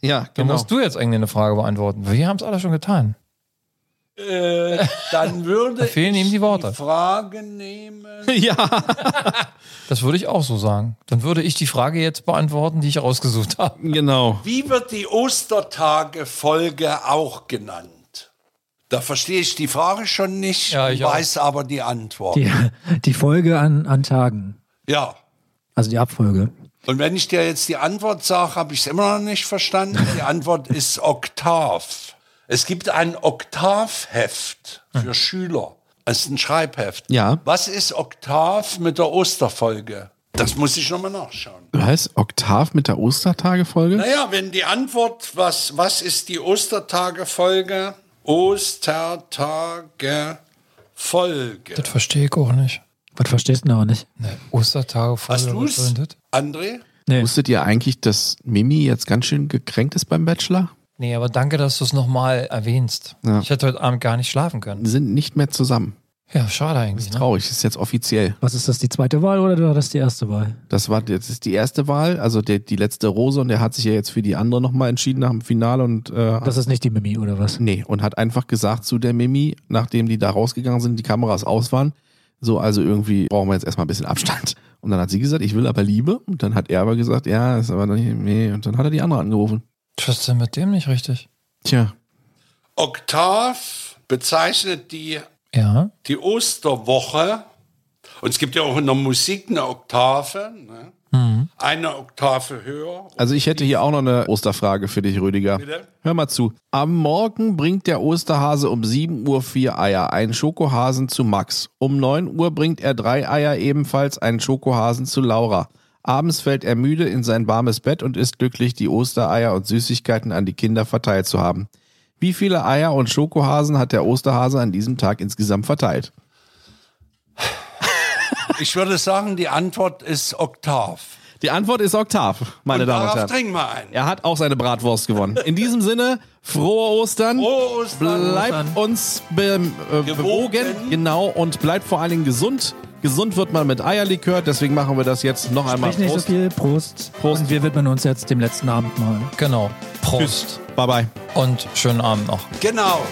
S1: Ja,
S3: Dann
S1: genau.
S3: musst du jetzt irgendwie eine Frage beantworten. Wir haben es alle schon getan.
S2: äh, dann würde
S3: fehlen
S2: ich
S3: ihm die Worte.
S2: Frage nehmen.
S1: Ja,
S3: Das würde ich auch so sagen. Dann würde ich die Frage jetzt beantworten, die ich rausgesucht habe.
S1: genau.
S2: Wie wird die Ostertage-Folge auch genannt? Da verstehe ich die Frage schon nicht,
S3: Ja, ich auch.
S2: weiß aber die Antwort.
S4: Die, die Folge an, an Tagen,
S2: Ja.
S4: also die Abfolge.
S2: Und wenn ich dir jetzt die Antwort sage, habe ich es immer noch nicht verstanden. Die Antwort ist Oktav. Es gibt ein Oktavheft
S3: Hm.
S2: für Schüler. Es ist ein Schreibheft.
S1: Ja.
S2: Was ist Oktav mit der Osterfolge? Das muss ich nochmal nachschauen.
S1: Was? Oktav mit der Ostertagefolge?
S2: Naja, wenn die Antwort, was, was ist die Ostertagefolge? Ostertagefolge.
S3: Das verstehe ich auch nicht.
S4: Was verstehst du denn aber nicht?
S3: Ostertage voll.
S2: Hast
S3: oder was
S2: du's?
S3: soll denn das?
S2: André?
S4: Nee.
S1: Wusstet ihr eigentlich, dass Mimi jetzt ganz schön gekränkt ist beim Bachelor?
S3: Nee, aber danke, dass du es nochmal erwähnst.
S1: Ja.
S3: Ich hätte heute Abend gar nicht schlafen können.
S1: Die sind nicht mehr zusammen.
S3: Ja, schade eigentlich. Ne?
S1: Traurig, ist jetzt offiziell.
S4: Was ist das, die zweite Wahl oder war das die erste Wahl?
S1: Das war jetzt ist die erste Wahl, also der, die letzte Rose und der hat sich ja jetzt für die andere nochmal entschieden nach dem Finale und äh,
S4: Das ist nicht die Mimi oder was?
S1: nee und hat einfach gesagt zu der Mimi, nachdem die da rausgegangen sind, die Kameras aus waren, so also irgendwie brauchen wir jetzt erstmal ein bisschen Abstand. Und dann hat sie gesagt, ich will aber Liebe und dann hat er aber gesagt, ja, ist aber nicht, nee und dann hat er die andere angerufen.
S3: Was ist denn mit dem nicht richtig?
S1: Tja,
S2: Oktav bezeichnet die
S3: Ja.
S2: die Osterwoche, und es gibt ja auch in der Musik eine Oktave, ne? eine Oktave höher.
S1: also ich hätte hier auch noch eine Osterfrage für dich, Rüdiger.
S2: Bitte?
S1: Hör mal zu. Am Morgen bringt der Osterhase um 7 Uhr vier Eier, einen Schokohasen zu Max. Um 9 Uhr bringt er drei Eier, ebenfalls einen Schokohasen zu Laura. Abends fällt er müde in sein warmes Bett und ist glücklich, die Ostereier und Süßigkeiten an die Kinder verteilt zu haben. Wie viele Eier und Schokohasen hat der Osterhase an diesem Tag insgesamt verteilt?
S2: Ich würde sagen, die Antwort ist Oktav.
S1: Die Antwort ist Oktav, meine
S2: Und
S1: Damen und
S2: darauf
S1: Herren.
S2: trinken wir ein.
S1: Er hat auch seine Bratwurst gewonnen. In diesem Sinne, frohe Ostern.
S2: Frohe Ostern.
S1: Bleibt uns be äh,
S2: Gewogen.
S1: bewogen. Genau. Und bleibt vor allen Dingen gesund. Gesund wird man mit Eierlikör. Deswegen machen wir das jetzt noch einmal.
S4: Sprich nicht so viel, Prost.
S1: Prost.
S4: Und wir widmen uns jetzt dem letzten Abendmahl.
S3: Genau. Prost.
S1: Bye, bye.
S3: Und schönen Abend noch.
S2: Genau.